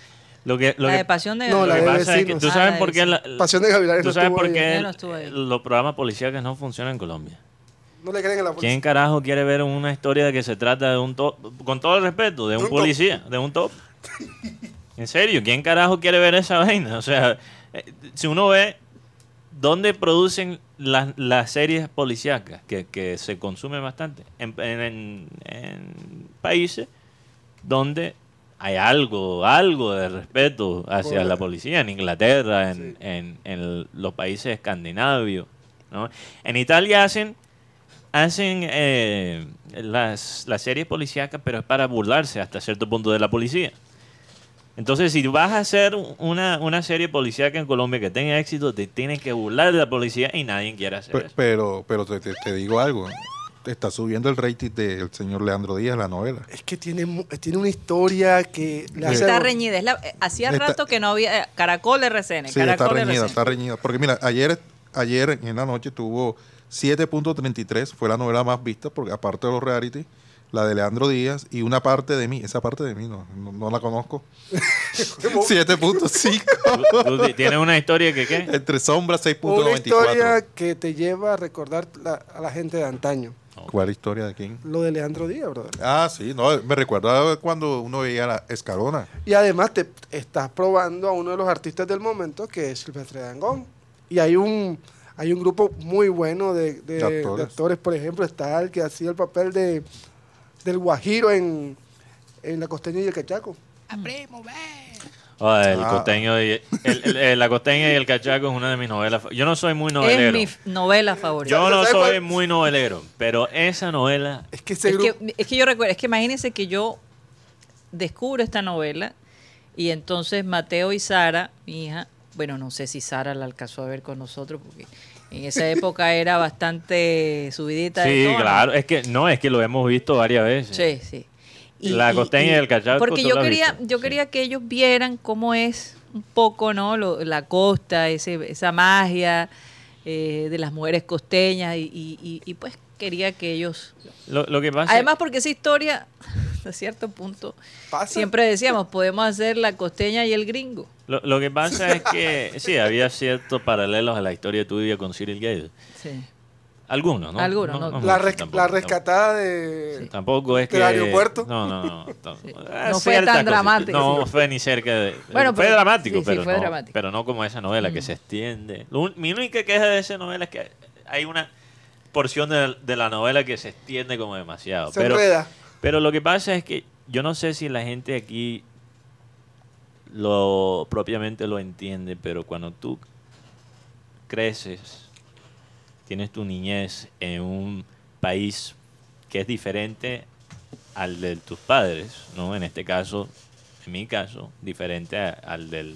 Speaker 3: Lo que, lo
Speaker 2: La
Speaker 3: que-
Speaker 2: de Pasión de
Speaker 5: No,
Speaker 3: lo
Speaker 5: la
Speaker 3: que
Speaker 5: de
Speaker 2: Gavilán.
Speaker 3: pasa es que tú
Speaker 5: vecinos.
Speaker 2: Ah,
Speaker 3: sabes
Speaker 2: la
Speaker 3: por
Speaker 2: de
Speaker 3: qué la-
Speaker 5: Pasión de Gavilanes
Speaker 3: tú
Speaker 5: no
Speaker 3: sabes
Speaker 5: estuvo
Speaker 3: por
Speaker 5: ahí.
Speaker 3: qué
Speaker 2: Yo no estuve ahí.
Speaker 3: los programas policíacos no funcionan en Colombia.
Speaker 5: No le creen a la
Speaker 3: ¿Quién
Speaker 5: policía.
Speaker 3: carajo quiere ver una historia de que se trata de un top? Con todo el respeto, de un
Speaker 5: un top.
Speaker 3: policía, de un top. En serio, ¿quién carajo quiere ver esa vaina? O sea, eh, si uno ve dónde producen las, las series policíacas que, que se consumen bastante, en, en- en- en países donde hay algo, algo de respeto hacia la policía, en Inglaterra, en, en- en los países escandinavios. ¿no? En Italia hacen hacen eh, las, las series policíacas, pero es para burlarse hasta cierto punto de la policía. Entonces, si vas a hacer una, una serie policíaca en Colombia que tenga éxito, te tienes que burlar de la policía y nadie quiere hacer
Speaker 4: Pe-
Speaker 3: eso.
Speaker 4: Pero, pero te, te- te digo algo. Está subiendo el rating del señor Leandro Díaz, la novela.
Speaker 5: Es que tiene, mu- tiene una historia que le hace...
Speaker 2: Está reñida. es la- eh, hacía
Speaker 4: Está-
Speaker 2: rato que no había. eh, Caracol RCN.
Speaker 4: Sí, está
Speaker 2: Caracol
Speaker 4: reñida,
Speaker 2: RCN.
Speaker 4: está reñida. Porque mira, ayer, ayer en la noche tuvo 7.33, fue la novela más vista, porque aparte de los reality, la de Leandro Díaz y una parte de mí, esa parte de mí no, no, no la conozco. 7.5,
Speaker 3: Tú- tú tienes una historia que qué?
Speaker 4: entre sombras
Speaker 5: Una historia
Speaker 4: 6.94.
Speaker 5: que te lleva a recordar la- a la gente de antaño.
Speaker 4: ¿Cuál historia de quién?
Speaker 5: Lo de Leandro Díaz, brother.
Speaker 4: Ah, sí, no, me recuerda cuando uno veía la Escalona.
Speaker 5: Y además te estás probando a uno de los artistas del momento, que es Silvestre Dangón. Y hay un, hay un grupo muy bueno de, de-
Speaker 4: De actores.
Speaker 5: de actores. Por ejemplo, está el que hacía el papel de, del Guajiro en, en La Costeña y el Cachaco.
Speaker 3: Ah, el
Speaker 4: Ah.
Speaker 3: costeño y el- el- el- La costeña y el cachaco es una de mis novelas. fa- Yo no soy muy
Speaker 2: Es
Speaker 3: novelero.
Speaker 2: mi f- novela favorita.
Speaker 3: Yo no
Speaker 5: ¿Sabes cuál?
Speaker 3: soy muy novelero, pero esa novela
Speaker 5: Es que ese
Speaker 2: es,
Speaker 5: grupo.
Speaker 2: que, es que yo recuerdo, es que imagínense que yo descubro esta novela y entonces Mateo y Sara, mi hija, bueno, no sé si Sara la alcanzó a ver con nosotros porque en esa época era bastante subidita. de
Speaker 3: Sí,
Speaker 2: tono.
Speaker 3: claro, es que no, es que lo hemos visto varias veces.
Speaker 2: Sí, sí.
Speaker 3: La costeña y el cachaco,
Speaker 2: Porque
Speaker 3: tú
Speaker 2: yo
Speaker 3: la has
Speaker 2: quería,
Speaker 3: visto,
Speaker 2: yo
Speaker 3: sí.
Speaker 2: quería que ellos vieran cómo es un poco, ¿no? Lo- la costa, ese, esa magia eh, de las mujeres costeñas y, y- y- y, pues quería que ellos...
Speaker 3: Lo, lo que pasa
Speaker 2: Además porque esa historia, a cierto punto,
Speaker 5: pasa.
Speaker 2: siempre decíamos, podemos hacer la costeña y el gringo.
Speaker 3: Lo, lo que pasa es que sí, había ciertos paralelos a la historia tuya con Cyril Gale.
Speaker 2: Sí.
Speaker 3: Algunos, ¿no?
Speaker 2: Algunos, no.
Speaker 5: la,
Speaker 3: muchos
Speaker 5: res-
Speaker 3: tampoco,
Speaker 5: la
Speaker 3: tampoco.
Speaker 5: rescatada de.
Speaker 3: Tampoco es que...
Speaker 5: del aeropuerto.
Speaker 3: No, no, no. No, Eh,
Speaker 2: No fue
Speaker 3: ciertas
Speaker 2: tan
Speaker 3: cositas.
Speaker 2: dramático.
Speaker 3: No fue ni cerca de...
Speaker 2: Bueno,
Speaker 3: fue
Speaker 2: pero-
Speaker 3: dramático,
Speaker 2: sí, sí,
Speaker 3: pero
Speaker 2: fue
Speaker 3: no,
Speaker 2: dramático. Mm.
Speaker 3: Pero no como esa novela que se extiende. Lo un- mi única queja de esa novela es que hay una porción de, de la novela que se extiende como demasiado.
Speaker 5: Se
Speaker 3: pero,
Speaker 5: enreda.
Speaker 3: Pero lo que pasa es que yo no sé si la gente aquí lo propiamente lo entiende, pero cuando tú creces, tienes tu niñez en un país que es diferente al de tus padres, ¿no? En este caso, en mi caso, diferente a- al del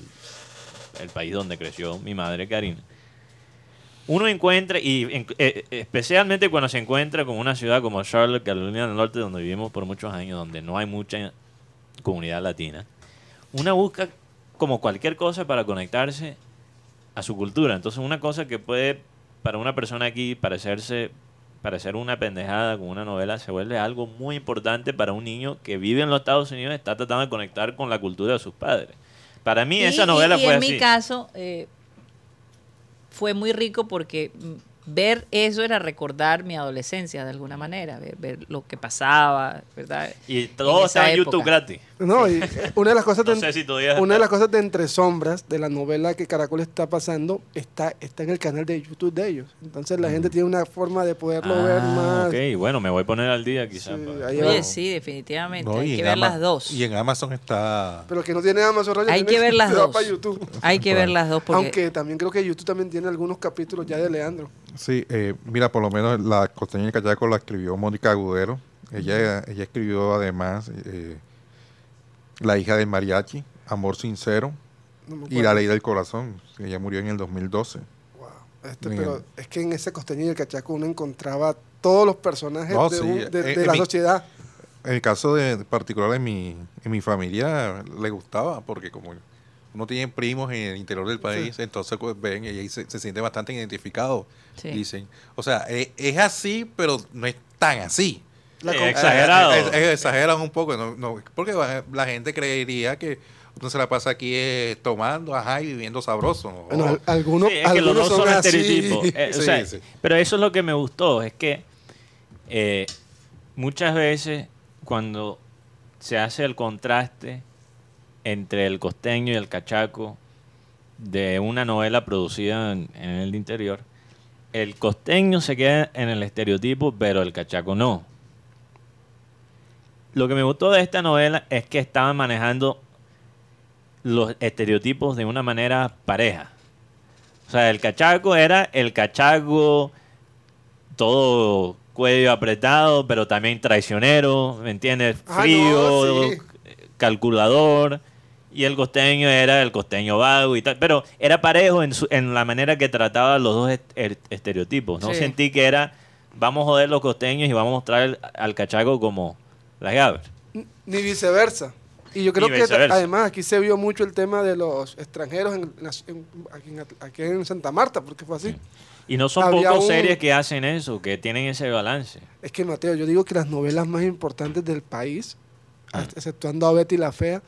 Speaker 3: el país donde creció mi madre Karina. Uno encuentra, y en- eh, eh, especialmente cuando se encuentra con una ciudad como Charlotte, Carolina del Norte, donde vivimos por muchos años, donde no hay mucha comunidad latina, una busca como cualquier cosa para conectarse a su cultura. Entonces, una cosa que puede para una persona aquí parecerse parecer una pendejada con una novela se vuelve algo muy importante para un niño que vive en los Estados Unidos y está tratando de conectar con la cultura de sus padres. Para mí esa novela
Speaker 2: y
Speaker 3: fue
Speaker 2: en
Speaker 3: así.
Speaker 2: mi caso eh, fue muy rico porque mm, ver eso era recordar mi adolescencia de alguna manera, ver, ver lo que pasaba, ¿verdad?
Speaker 3: y
Speaker 2: en
Speaker 3: todo
Speaker 2: esa
Speaker 3: está en YouTube
Speaker 2: época.
Speaker 3: gratis.
Speaker 5: No, y eh, una de las cosas
Speaker 3: No
Speaker 5: de,
Speaker 3: sé si todavía
Speaker 5: una
Speaker 3: está.
Speaker 5: de las cosas de entre sombras de la novela que Caracol está pasando está está en el canal de YouTube de ellos. Entonces la gente tiene una forma de poderlo ver
Speaker 3: Mm. Ah,
Speaker 5: más.
Speaker 3: ok, bueno, me voy a poner al día quizás.
Speaker 5: Sí,
Speaker 3: para-
Speaker 5: ahí va.
Speaker 2: Oye, sí, definitivamente.
Speaker 4: No,
Speaker 2: hay
Speaker 4: y
Speaker 2: que
Speaker 4: en
Speaker 2: ver
Speaker 4: Ama-
Speaker 2: las dos.
Speaker 4: Y en Amazon está...
Speaker 5: Pero que no tiene Amazon Rayo.
Speaker 2: Hay
Speaker 5: tiene-
Speaker 2: que ver las
Speaker 5: se va
Speaker 2: dos.
Speaker 5: para YouTube.
Speaker 2: Hay que ver las dos porque
Speaker 5: Aunque también creo que YouTube también tiene algunos capítulos ya de Leandro.
Speaker 4: Sí, eh, mira, por lo menos la costeña del cachaco la escribió Mónica Agudero. Ella, ella escribió además eh, La hija del mariachi, Amor sincero
Speaker 5: No me
Speaker 4: y
Speaker 5: acuerdo.
Speaker 4: La ley del corazón. Ella murió en el 2012.
Speaker 5: Wow. Este,
Speaker 4: Bien.
Speaker 5: pero es que en ese costeño y el cachaco uno encontraba todos los personajes
Speaker 4: No,
Speaker 5: de,
Speaker 4: sí,
Speaker 5: un- de-
Speaker 4: eh,
Speaker 5: de
Speaker 4: eh,
Speaker 5: la
Speaker 4: mi-
Speaker 5: sociedad.
Speaker 4: En el caso de en particular de mi, en mi familia le gustaba porque como uno tiene primos en el interior del país, entonces pues, ven y ahí se, se siente bastante identificado.
Speaker 2: Sí.
Speaker 4: Dicen, o sea, e- es, así, pero no es tan así.
Speaker 5: La
Speaker 3: Eh,
Speaker 5: com-
Speaker 3: Exagerado.
Speaker 4: Eh, eh, eh, exageran un poco, no, no, porque va- la gente creería que uno se la pasa aquí eh, tomando, ajá, y viviendo sabroso. ¿no?
Speaker 5: Bueno, al- algunos,
Speaker 3: Sí, es que los
Speaker 5: algunos
Speaker 3: dos
Speaker 5: son
Speaker 3: son
Speaker 5: así.
Speaker 3: estereotipos. Eh, o
Speaker 4: Sí,
Speaker 3: sea,
Speaker 4: sí.
Speaker 3: Pero eso es lo que me gustó, es que eh, muchas veces cuando se hace el contraste entre el costeño y el cachaco de una novela producida en, en el interior, el costeño se queda en el estereotipo, pero el cachaco no. Lo que me gustó de esta novela es que estaban manejando los estereotipos de una manera pareja. O sea, el cachaco era el cachaco todo cuello apretado, pero también traicionero, ¿me entiendes?
Speaker 5: Ah, no,
Speaker 3: Frío,
Speaker 5: sí.
Speaker 3: calculador. Y el costeño era el costeño vago y tal. Pero era parejo en, su- en la manera que trataba los dos est- er- estereotipos. No
Speaker 2: Sí.
Speaker 3: sentí que era, vamos a joder los costeños y vamos a mostrar al- al cachaco como las gavers.
Speaker 5: Ni viceversa. Y yo creo
Speaker 3: Ni
Speaker 5: que
Speaker 3: viceversa.
Speaker 5: además aquí se vio mucho el tema de los extranjeros en las- en- aquí, en, Atl- aquí en Santa Marta, porque fue así.
Speaker 3: Y no son
Speaker 5: Había
Speaker 3: pocas
Speaker 5: un-
Speaker 3: series que hacen eso, que tienen ese balance.
Speaker 5: Es que, Mateo, yo digo que las novelas más importantes del país,
Speaker 4: Ah.
Speaker 5: exceptuando a Betty la Fea,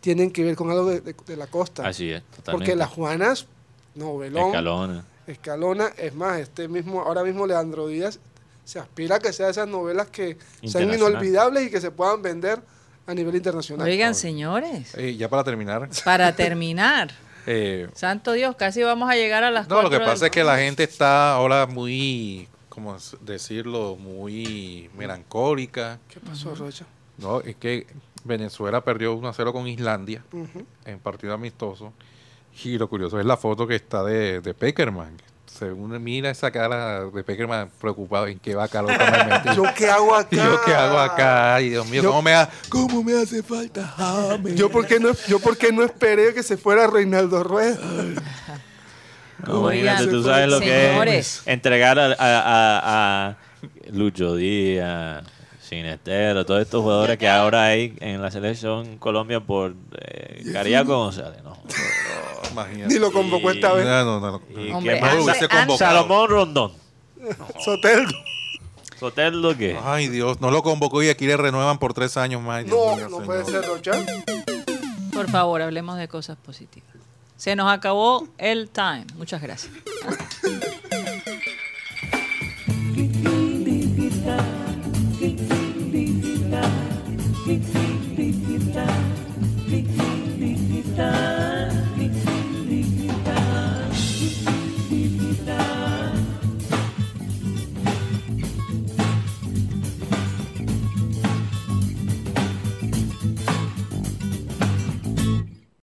Speaker 5: tienen que ver con algo de, de- de la costa.
Speaker 4: Ah,
Speaker 3: Así es, totalmente.
Speaker 5: porque las Juanas, novelón,
Speaker 3: Escalona.
Speaker 5: Escalona, es más, este mismo, ahora mismo Leandro Díaz se aspira a que sea de esas novelas que sean
Speaker 3: Internacional.
Speaker 5: inolvidables y que se puedan vender a nivel internacional.
Speaker 2: Oigan, señores,
Speaker 4: Eh, ya para terminar,
Speaker 2: para terminar,
Speaker 4: eh,
Speaker 2: santo Dios, casi vamos a llegar a las
Speaker 4: No, lo que
Speaker 2: cuatro
Speaker 4: pasa
Speaker 2: del-
Speaker 4: es que la gente está ahora muy, ¿cómo es- decirlo? Muy melancólica.
Speaker 5: ¿Qué pasó, Rocha?
Speaker 4: No, es que Venezuela perdió 1 a 0 con Islandia
Speaker 5: Ujú.
Speaker 4: en partido amistoso. Y lo curioso es la foto que está de, de Peckerman. Se uno mira esa cara de Peckerman preocupado en qué va a meter.
Speaker 5: ¿Yo qué hago acá?
Speaker 4: Y yo qué hago acá, Ay, Dios mío,
Speaker 5: Yo-
Speaker 4: ¿cómo, me ha- ¿cómo me hace falta James?
Speaker 5: ¿Yo por qué no, yo por qué no esperé que se fuera Reinaldo Rueda?
Speaker 3: No,
Speaker 2: Oigan,
Speaker 3: imagínate, tú sabes lo que
Speaker 2: señores.
Speaker 3: es entregar a, a- a- a Lucho Díaz, Sinestero, todos estos jugadores que ahora hay en la selección Colombia por eh, Cariaco González. No.
Speaker 4: Imagínate.
Speaker 5: Ni lo convocó esta vez.
Speaker 4: No, no, no.
Speaker 3: ¿Y
Speaker 4: no.
Speaker 2: Hombre,
Speaker 3: qué más?
Speaker 2: antes-
Speaker 4: hubiese
Speaker 2: antes-
Speaker 4: convocado.
Speaker 3: Salomón Rondón.
Speaker 5: Soteldo.
Speaker 3: Soteldo que
Speaker 4: Ay, Dios, no lo convocó y aquí le renuevan por tres años más. Dios
Speaker 5: No,
Speaker 4: mío,
Speaker 5: no
Speaker 4: señor.
Speaker 5: puede ser Rocha.
Speaker 2: Por favor, hablemos de cosas positivas. Se nos acabó el time. Muchas gracias.